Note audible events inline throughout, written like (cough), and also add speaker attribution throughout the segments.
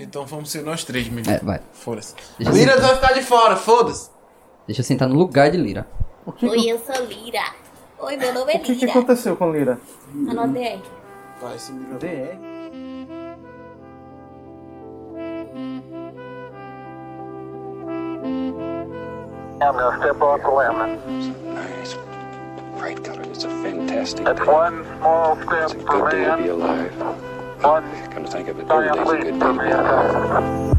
Speaker 1: Então vamos ser nós três, menino.
Speaker 2: É, vai.
Speaker 1: Foda-se.
Speaker 2: Deixa eu
Speaker 1: Lira
Speaker 2: sentar.
Speaker 1: vai ficar de fora, foda-se.
Speaker 2: Deixa eu sentar no lugar de Lira.
Speaker 3: O que,
Speaker 4: Oi, eu sou Lira. Oi, meu nome é
Speaker 3: o que, que
Speaker 4: Lira.
Speaker 3: aconteceu com Lira?
Speaker 4: Anotei aí.
Speaker 1: Vai, se Mira.
Speaker 3: DR.
Speaker 5: I'm now step off the limit.
Speaker 6: Nice. Bright color. It's a fantastic
Speaker 5: It's
Speaker 6: day.
Speaker 5: one small step
Speaker 6: It's a
Speaker 5: for
Speaker 6: good day to be
Speaker 5: man,
Speaker 6: alive.
Speaker 5: one
Speaker 6: Come to think of it, every
Speaker 5: giant
Speaker 6: day's a
Speaker 5: leap
Speaker 6: good
Speaker 5: for
Speaker 6: day.
Speaker 5: mankind.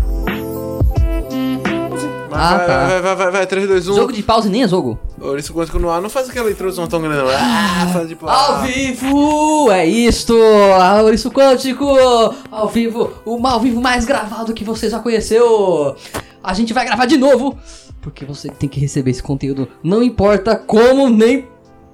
Speaker 1: Mas
Speaker 2: Ah,
Speaker 1: vai,
Speaker 2: tá.
Speaker 1: vai, vai, vai, vai, 3, 2, 1.
Speaker 2: Jogo de pausa nem é jogo.
Speaker 1: Por isso, quando no ar, não faz aquela introdução tão grande, não. Ah, faz tipo.
Speaker 2: Ao
Speaker 1: ah.
Speaker 2: vivo! É isto! Isso Quântico! Ao vivo! O ao vivo mais gravado que você já conheceu! A gente vai gravar de novo! Porque você tem que receber esse conteúdo, não importa como nem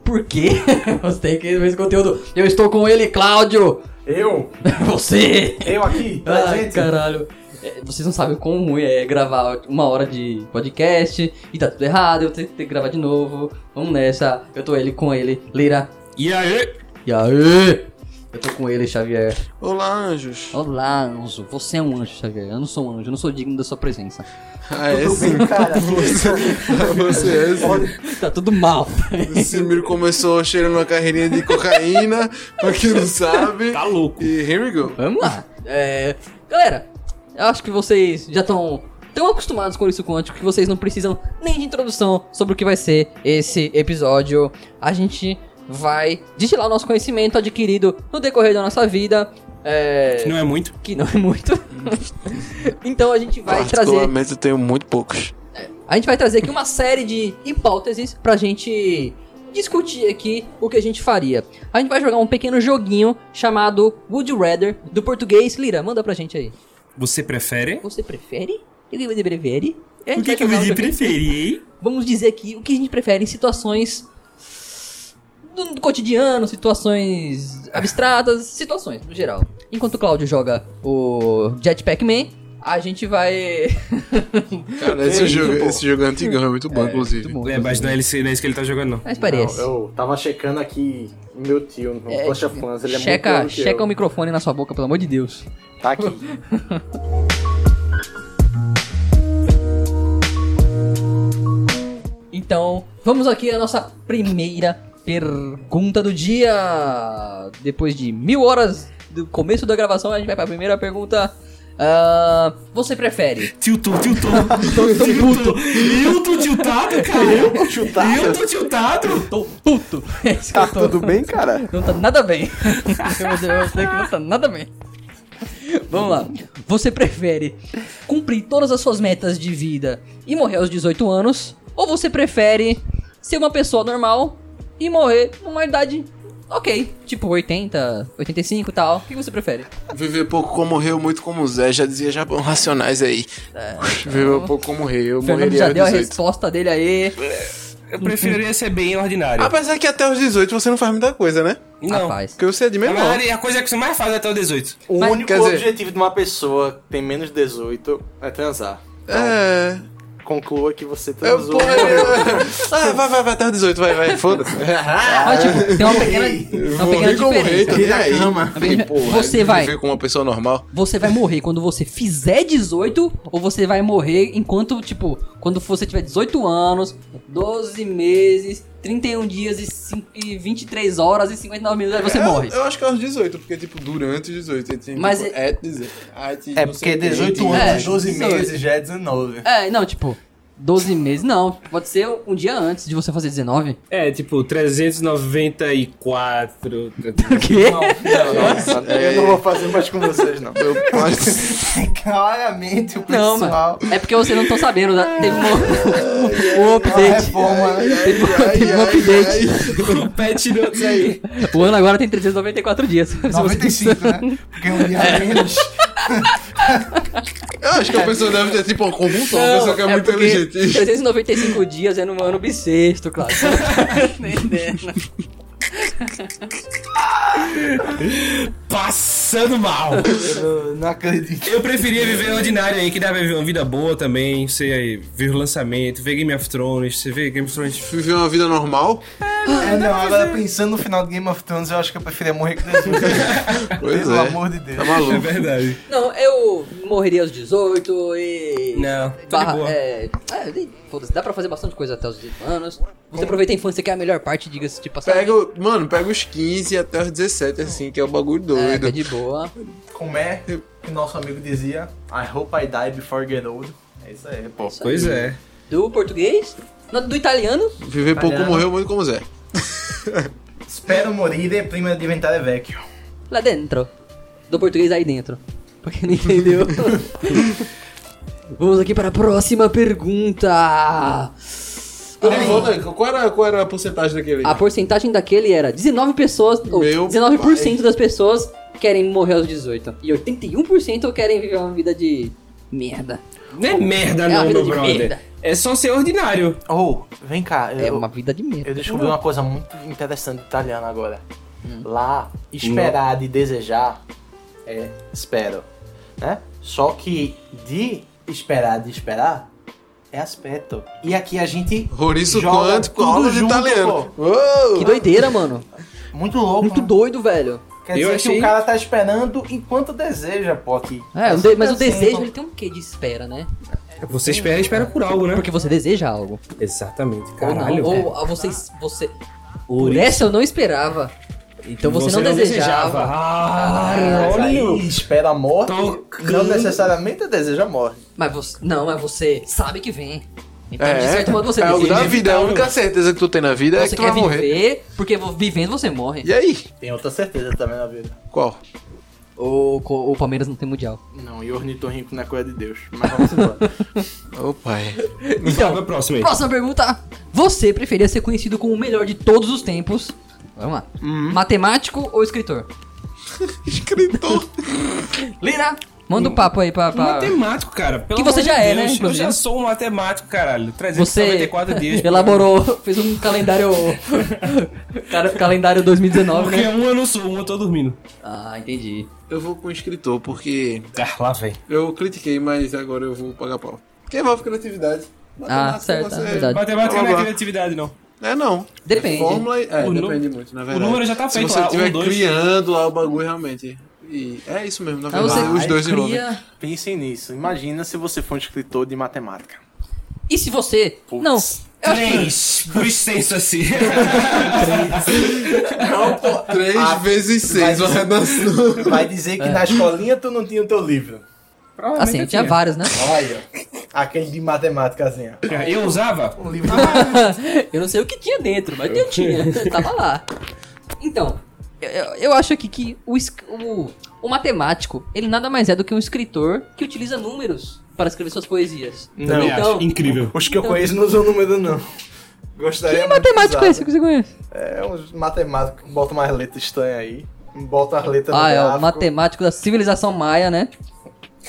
Speaker 2: por quê. (laughs) Você tem que receber esse conteúdo. Eu estou com ele, Cláudio! (laughs)
Speaker 3: Eu?
Speaker 2: Você!
Speaker 3: Eu aqui?
Speaker 2: Ai,
Speaker 3: Presente?
Speaker 2: caralho. É, Vocês não sabem como ruim é gravar uma hora de podcast e tá tudo errado, eu tenho que ter que gravar de novo. Vamos nessa. Eu tô ele com ele, Lira. E aí? E aí? Eu tô com ele, Xavier.
Speaker 1: Olá, anjos.
Speaker 2: Olá, anjo. Você é um anjo, Xavier. Eu não sou um anjo, eu não sou digno da sua presença.
Speaker 1: Ah, é sim.
Speaker 3: Bem, cara.
Speaker 1: (laughs) Você é sim.
Speaker 2: Tá tudo mal.
Speaker 1: O Simiro começou cheirando uma carreirinha de cocaína, (laughs) pra quem não sabe. Tá louco. E here we go.
Speaker 2: Vamos lá. É, galera, eu acho que vocês já estão tão acostumados com isso quântico que vocês não precisam nem de introdução sobre o que vai ser esse episódio. A gente vai destilar o nosso conhecimento adquirido no decorrer da nossa vida. É,
Speaker 7: Não é muito. Hum.
Speaker 2: que não é muito. (laughs) então a gente vai trazer
Speaker 1: Particularmente, eu tenho muito poucos.
Speaker 2: a gente vai trazer aqui uma série de hipóteses pra gente discutir aqui o que a gente faria. A gente vai jogar um pequeno joguinho chamado Would You Rather, do português. Lira, manda pra gente aí.
Speaker 7: Você prefere?
Speaker 2: Você prefere? E o que você prefere? E a gente
Speaker 7: O que,
Speaker 2: vai
Speaker 7: que eu
Speaker 2: jogar um
Speaker 7: me
Speaker 2: joguinho.
Speaker 7: preferi, hein?
Speaker 2: Vamos dizer aqui o que a gente prefere em situações do do cotidiano, situações abstratas, situações no geral. Enquanto o Claudio joga o Jetpack Man, a gente vai... (laughs)
Speaker 1: Cara, esse,
Speaker 3: Que
Speaker 1: jogo,
Speaker 3: isso, pô.
Speaker 1: esse jogo é antigão, é muito bom, inclusive.
Speaker 2: Muito bom.
Speaker 7: É, mas não é esse, não é esse que ele tá jogando, não.
Speaker 2: Mas parece.
Speaker 3: Não, eu tava checando aqui meu tio no
Speaker 2: É,
Speaker 3: Clash of Clans. Ele é
Speaker 2: checa
Speaker 3: muito pior do que
Speaker 2: checa
Speaker 3: eu.
Speaker 2: o microfone na sua boca, pelo amor de Deus.
Speaker 3: Tá aqui.
Speaker 2: Então, vamos aqui à nossa primeira pergunta do dia. Depois de mil horas do começo da gravação, a gente vai pra primeira pergunta. Ah, você prefere?
Speaker 7: Tiltou, tiltou. (laughs) Tiltou. Eu tô tiltado,
Speaker 2: (laughs)
Speaker 7: cara. Eu tô tiltado. Eu tô tiltado.
Speaker 2: Tô puto. (laughs) Esse que eu tô.
Speaker 3: Tá Tudo bem, cara?
Speaker 2: Não tá
Speaker 7: (laughs)
Speaker 2: nada bem. Meu Deus, eu sei que não tá nada bem. Vamos lá. Você prefere cumprir todas as suas metas de vida e morrer aos 18 anos? Ou você prefere ser uma pessoa normal e morrer numa idade ok? Tipo 80, 85 e tal. O que você prefere?
Speaker 1: Viver pouco como morreu, muito como Zé. Já dizia Japão Racionais aí. Viver pouco como morreu, eu
Speaker 2: O É, então. Fernando já
Speaker 1: morreria
Speaker 2: deu a
Speaker 1: aos 18.
Speaker 2: resposta dele aí.
Speaker 7: Eu preferiria ser bem ordinário.
Speaker 1: Apesar que até os 18 você não faz muita coisa, né?
Speaker 7: não.
Speaker 2: Rapaz.
Speaker 1: Porque você é de
Speaker 7: Na
Speaker 1: menor.
Speaker 7: verdade, a coisa que você mais faz é até o 18.
Speaker 3: O
Speaker 1: Mas,
Speaker 3: único
Speaker 1: quer dizer-
Speaker 3: objetivo de uma pessoa que tem menos de 18 é transar.
Speaker 1: É.
Speaker 3: Conclua que você
Speaker 1: Eu (laughs)
Speaker 3: transou.
Speaker 1: porra. eu- Ah, vai, vai, vai até os 18, vai, vai.
Speaker 3: (laughs)
Speaker 1: Foda-se.
Speaker 3: Ah,
Speaker 2: Mas, tipo, tem uma pequena, tem uma pequena
Speaker 1: Morri como rei,
Speaker 2: Tá
Speaker 1: tô nem
Speaker 2: diferença.
Speaker 1: aí.
Speaker 2: Também-
Speaker 1: Porra,
Speaker 2: (laughs) Você vai
Speaker 1: Viver com uma pessoa normal.
Speaker 2: Você vai morrer quando você fizer 18 ou você vai morrer enquanto, tipo, quando você tiver 18 anos, 12 meses, 31 dias e, 5, e 23 horas e 59 minutos, aí você
Speaker 1: É,
Speaker 2: morre.
Speaker 1: Eu acho que é aos 18, porque, tipo, durante os 18. Tem,
Speaker 2: Mas
Speaker 1: tipo, é... 18. Aí tem
Speaker 3: É
Speaker 1: não
Speaker 3: porque
Speaker 1: sei o quê,
Speaker 3: 18
Speaker 1: tem-
Speaker 2: É,
Speaker 3: anos, 12
Speaker 2: 18.
Speaker 3: meses, já é 19.
Speaker 2: É, não, tipo, 12 meses, não. Pode ser um dia antes de você fazer 19.
Speaker 7: É, tipo, (laughs) 394.
Speaker 1: É
Speaker 2: O quê?
Speaker 3: (laughs) Nossa, eu não vou fazer mais com vocês, não.
Speaker 1: Meu pai.
Speaker 3: Claramente
Speaker 1: um
Speaker 3: o
Speaker 2: Não, mano. É porque vocês não estão sabendo. né? Teve
Speaker 1: (laughs)
Speaker 2: um, um update. Teve, um- teve um update.
Speaker 7: o pé tirou isso aí.
Speaker 2: O ano agora tem 394 dias. (laughs) Se você-
Speaker 3: né? Porque um dia a menos.
Speaker 1: Eu acho que a pessoa deve ter, tipo, uma convulsão. Uma pessoa que é, muito
Speaker 2: é porque (laughs)
Speaker 1: inteligente.
Speaker 2: 395 dias é no ano
Speaker 1: (laughs)
Speaker 2: bissexto, claro. (laughs) Você não tá entendendo.
Speaker 7: Passando mal.
Speaker 3: Eu não acredito.
Speaker 7: Eu preferia viver ordinário aí, que dá pra viver uma vida boa também. Você aí, ver o lançamento, ver Game of Thrones, você vê Game of Thrones
Speaker 1: Viver uma vida normal?
Speaker 7: É,
Speaker 3: É, não, agora pensando no final de Game of Thrones, eu acho que eu preferia morrer com 18.
Speaker 1: Pois
Speaker 3: Pelo
Speaker 1: é.
Speaker 3: amor de Deus.
Speaker 1: Tá maluco.
Speaker 7: É verdade.
Speaker 2: Não, eu morreria aos 18 e.
Speaker 1: tá
Speaker 7: Não, tô de
Speaker 2: Barra,
Speaker 7: boa.
Speaker 2: é. é, e foda-se, dá pra fazer bastante coisa até os 18 anos. Você aproveita a infância, que é a melhor parte, diga-se de passagem.
Speaker 1: Pega, o- mano, pega os 15 até os 17, assim, que é o bagulho
Speaker 2: É, que
Speaker 1: doido.
Speaker 2: é de boa.
Speaker 3: Como é que nosso amigo dizia? I hope I die before I get old. É isso aí, pô.
Speaker 7: Pois é.
Speaker 2: Do português? Não, do italiano?
Speaker 1: Viver pouco,
Speaker 3: Italiano.
Speaker 1: morreu muito como Zé.
Speaker 3: Espero morire prima di diventare vecchio.
Speaker 2: Lá dentro. Do português aí dentro. Pra quem
Speaker 1: (laughs)
Speaker 2: não entendeu. (laughs) Vamos aqui para a próxima pergunta.
Speaker 1: Ele volta aí, Qual era, qual era a porcentagem daquele?
Speaker 2: A porcentagem daquele era 19 pessoas, ou
Speaker 1: Meu
Speaker 2: 19%
Speaker 1: pai.
Speaker 2: das pessoas querem morrer aos 18 e 81% querem viver uma vida de merda.
Speaker 7: Não é merda,
Speaker 2: É uma
Speaker 7: não,
Speaker 2: vida
Speaker 7: meu
Speaker 2: de
Speaker 7: brother.
Speaker 2: merda.
Speaker 7: É só ser ordinário.
Speaker 3: Oh, vem cá. Eu,
Speaker 2: É uma vida de merda.
Speaker 3: eu descobri uma coisa muito interessante italiana agora.
Speaker 2: Hum.
Speaker 3: Lá, esperar de desejar é espero, né? Só que de esperar de esperar é aspecto. E aqui a gente
Speaker 1: Roriço
Speaker 3: joga
Speaker 1: quântico,
Speaker 3: tudo
Speaker 1: aula de
Speaker 3: junto,
Speaker 1: italiano.
Speaker 3: pô.
Speaker 1: Uou!
Speaker 2: Que doideira, mano.
Speaker 3: Muito louco.
Speaker 2: Muito
Speaker 3: né?
Speaker 2: doido, velho.
Speaker 3: Quer
Speaker 7: Eu
Speaker 3: dizer que
Speaker 7: achei-
Speaker 3: o cara tá esperando enquanto deseja, pô, aqui.
Speaker 2: É, um de- mas o
Speaker 3: Assim,
Speaker 2: desejo
Speaker 3: pô.
Speaker 2: ele tem um quê de espera, né?
Speaker 7: É, Você espera, espera por algo, né?
Speaker 2: Porque você deseja algo.
Speaker 7: Exatamente,
Speaker 2: Ou não,
Speaker 7: caralho.
Speaker 2: ou ah, você, você. Por essa eu não esperava. Então você, não, desejava.
Speaker 7: Ah, Caralho.
Speaker 3: Aí espera a morte,
Speaker 7: Tocando.
Speaker 3: não necessariamente deseja a morte.
Speaker 2: Mas você. Não, mas você sabe que vem. Então,
Speaker 1: É,
Speaker 2: de certo modo, você
Speaker 1: é algo da
Speaker 2: deseja.
Speaker 1: vida. A única certeza que tu tem na vida é
Speaker 2: você
Speaker 1: que tu
Speaker 2: quer
Speaker 1: vai
Speaker 2: viver,
Speaker 1: morrer.
Speaker 2: porque vo- vivendo você morre.
Speaker 1: E aí?
Speaker 3: Tem outra certeza também na vida.
Speaker 1: Qual?
Speaker 2: O, co- o Palmeiras não tem mundial.
Speaker 3: Não, e ornitorrinco não é coisa de Deus. Mas vamos embora. (laughs)
Speaker 1: Ô pai.
Speaker 7: Então, vai próximo aí.
Speaker 2: Próxima pergunta. Você preferia ser conhecido como o melhor de todos os tempos? Vamos lá.
Speaker 7: Hum.
Speaker 2: Matemático ou escritor?
Speaker 1: (laughs) Escritor.
Speaker 2: Lira, manda o papo aí pra. pra...
Speaker 7: Ah. Matemático, cara. Pelo
Speaker 2: Que você
Speaker 7: amor
Speaker 2: já
Speaker 7: de
Speaker 2: é,
Speaker 7: Deus,
Speaker 2: né,
Speaker 7: Eu
Speaker 2: inclusive?
Speaker 7: já sou um matemático, caralho.
Speaker 2: Você
Speaker 7: 394
Speaker 2: (laughs)
Speaker 7: dias.
Speaker 2: elaborou, (laughs) fez um calendário. cara, calendário 2019,
Speaker 7: Porque
Speaker 2: né?
Speaker 7: um eu não sou, um eu tô dormindo.
Speaker 2: Ah, entendi.
Speaker 1: Eu vou com escritor, porque
Speaker 7: Ah, lá vem.
Speaker 1: eu critiquei, mas agora eu vou pagar pau. Porque envolve criatividade.
Speaker 2: Ah,
Speaker 1: Matemática,
Speaker 2: certo,
Speaker 1: você-
Speaker 2: é verdade.
Speaker 7: Matemática
Speaker 1: Blá,
Speaker 7: não é
Speaker 1: blá.
Speaker 7: criatividade, não.
Speaker 1: É não.
Speaker 2: Depende.
Speaker 1: Fórmula, é,
Speaker 7: O nu-
Speaker 1: depende muito, na verdade.
Speaker 7: número já tá feito
Speaker 1: Se você
Speaker 7: lá, um,
Speaker 1: estiver
Speaker 7: dois.
Speaker 1: criando lá o bagulho, realmente. E é isso mesmo, na
Speaker 2: Aí
Speaker 1: verdade.
Speaker 2: Então você
Speaker 1: os dois envolvem.
Speaker 2: cria.
Speaker 3: Pensem nisso. Imagina se você for um escritor de matemática.
Speaker 2: E se você. Não. Eu acho que. (laughs)
Speaker 7: Três. Por extenso, assim. (laughs)
Speaker 1: Três
Speaker 3: Ah,
Speaker 1: vezes seis, uma (laughs) redação.
Speaker 3: Vai dizer que na escolinha tu não tinha o teu livro.
Speaker 7: Provavelmente
Speaker 2: Assim,
Speaker 7: Ah, eu
Speaker 2: tinha vários, né?
Speaker 3: Olha. Aquele de matemática, assim, ó.
Speaker 7: Eu usava?
Speaker 2: Então-
Speaker 3: Um livro
Speaker 2: Eu não sei o que tinha dentro, mas eu tinha. (laughs) Tava lá. Então, eu, eu- eu acho aqui que o, es- o- o matemático, ele nada mais é do que um escritor que utiliza números para escrever suas poesias.
Speaker 3: Não.
Speaker 7: Também
Speaker 2: Então-
Speaker 7: acho. Incrível.
Speaker 3: Os que eu conheço não são número, não. Gostaria
Speaker 2: Que
Speaker 3: muito
Speaker 2: matemático
Speaker 3: de
Speaker 2: é
Speaker 3: usar,
Speaker 2: esse que você conhece?
Speaker 3: né? É uns matemáticos que botam umas letras estranhas aí. Botam as letras no
Speaker 2: Ah, é o
Speaker 3: gráfico.
Speaker 2: matemático da civilização maia, né?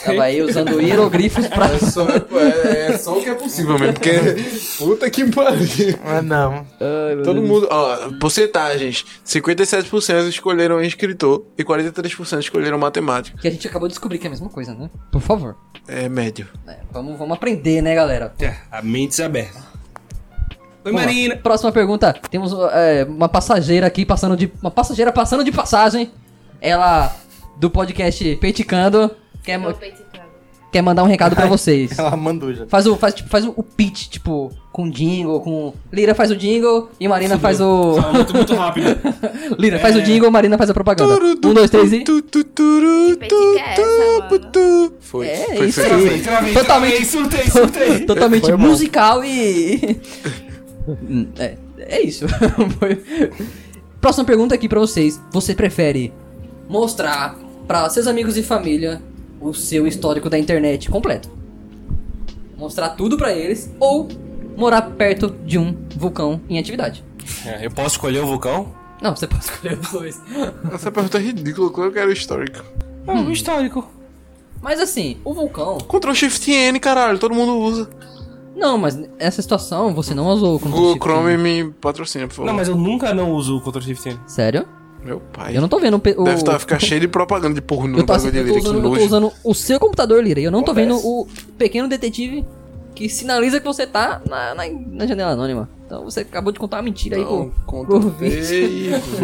Speaker 2: Tava aí usando hieroglifos
Speaker 3: (laughs)
Speaker 2: pra...
Speaker 1: É só, é, é só o que é possível mesmo, porque. (laughs) Puta que pariu.
Speaker 3: Ah, não.
Speaker 1: (laughs) Todo mundo. Ó, porcentagens: 57% escolheram um escritor e 43% escolheram matemática.
Speaker 2: Que a gente acabou de descobrir que é a mesma coisa, né? Por favor.
Speaker 1: É médio.
Speaker 2: É, vamos, vamos aprender, né, galera?
Speaker 7: É, a mente aberta. Oi,
Speaker 2: Vamos lá.
Speaker 7: Marina.
Speaker 2: Próxima pergunta. Temos é, uma passageira aqui passando de. Uma passageira passando de passagem. Ela do podcast Peiticando. Quer, ma- quer mandar um recado pra vocês.
Speaker 3: Ela mandou já.
Speaker 2: Faz o, faz, tipo, faz o, o pitch, tipo, com jingle, com. Lira faz o jingle e Marina faz o.
Speaker 7: Fala Muito, muito rápido.
Speaker 2: (laughs) Lira faz o jingle, Marina faz a propaganda. Um, dois, três e.
Speaker 1: É. Tu, tu, turu,
Speaker 8: Que
Speaker 1: tu,
Speaker 8: petica é essa,
Speaker 1: tu,
Speaker 8: mano?
Speaker 1: tu. Foi.
Speaker 2: É,
Speaker 1: foi
Speaker 2: isso
Speaker 1: feito. assim.
Speaker 7: Travei,
Speaker 2: aí.
Speaker 7: travei, travei,
Speaker 2: Totalmente-
Speaker 7: surtei, surtei.
Speaker 2: Totalmente musical e. (laughs) Hum, é, é isso. (laughs) Foi- Próxima pergunta aqui pra vocês. Você prefere mostrar pra seus amigos e família o seu histórico da internet completo? Mostrar tudo pra eles ou morar perto de um vulcão em atividade?
Speaker 7: É, eu posso escolher o vulcão?
Speaker 2: Não, você pode escolher os dois.
Speaker 1: Essa pergunta é ridícula, claro que era histórico.
Speaker 7: É um histórico.
Speaker 2: Mas assim, o vulcão.
Speaker 1: Ctrl Shift N, caralho, todo mundo usa.
Speaker 2: Não, mas essa situação você não usou com
Speaker 1: Google Chrome me patrocina, por favor.
Speaker 7: Não, mas eu nunca não uso o Ctrl Shift N.
Speaker 2: Sério?
Speaker 1: Meu pai.
Speaker 2: Eu não tô vendo o. pe- o-
Speaker 1: Deve tá estar ficar cheio de propaganda de porno no
Speaker 2: Eu tô,
Speaker 1: bagulho
Speaker 2: assi-
Speaker 1: de
Speaker 2: eu
Speaker 1: Lira,
Speaker 2: tô
Speaker 1: que
Speaker 2: usando, eu tô
Speaker 1: nojo.
Speaker 2: usando o seu computador, Lira. e Eu não tô
Speaker 3: Acontece.
Speaker 2: vendo o pequeno detetive que sinaliza que você tá na, na, na janela anônima. Então você acabou de contar uma mentira
Speaker 1: Então,
Speaker 2: aí pro,
Speaker 1: conta
Speaker 2: pro (laughs)
Speaker 1: o
Speaker 2: ouvinte.
Speaker 1: veio,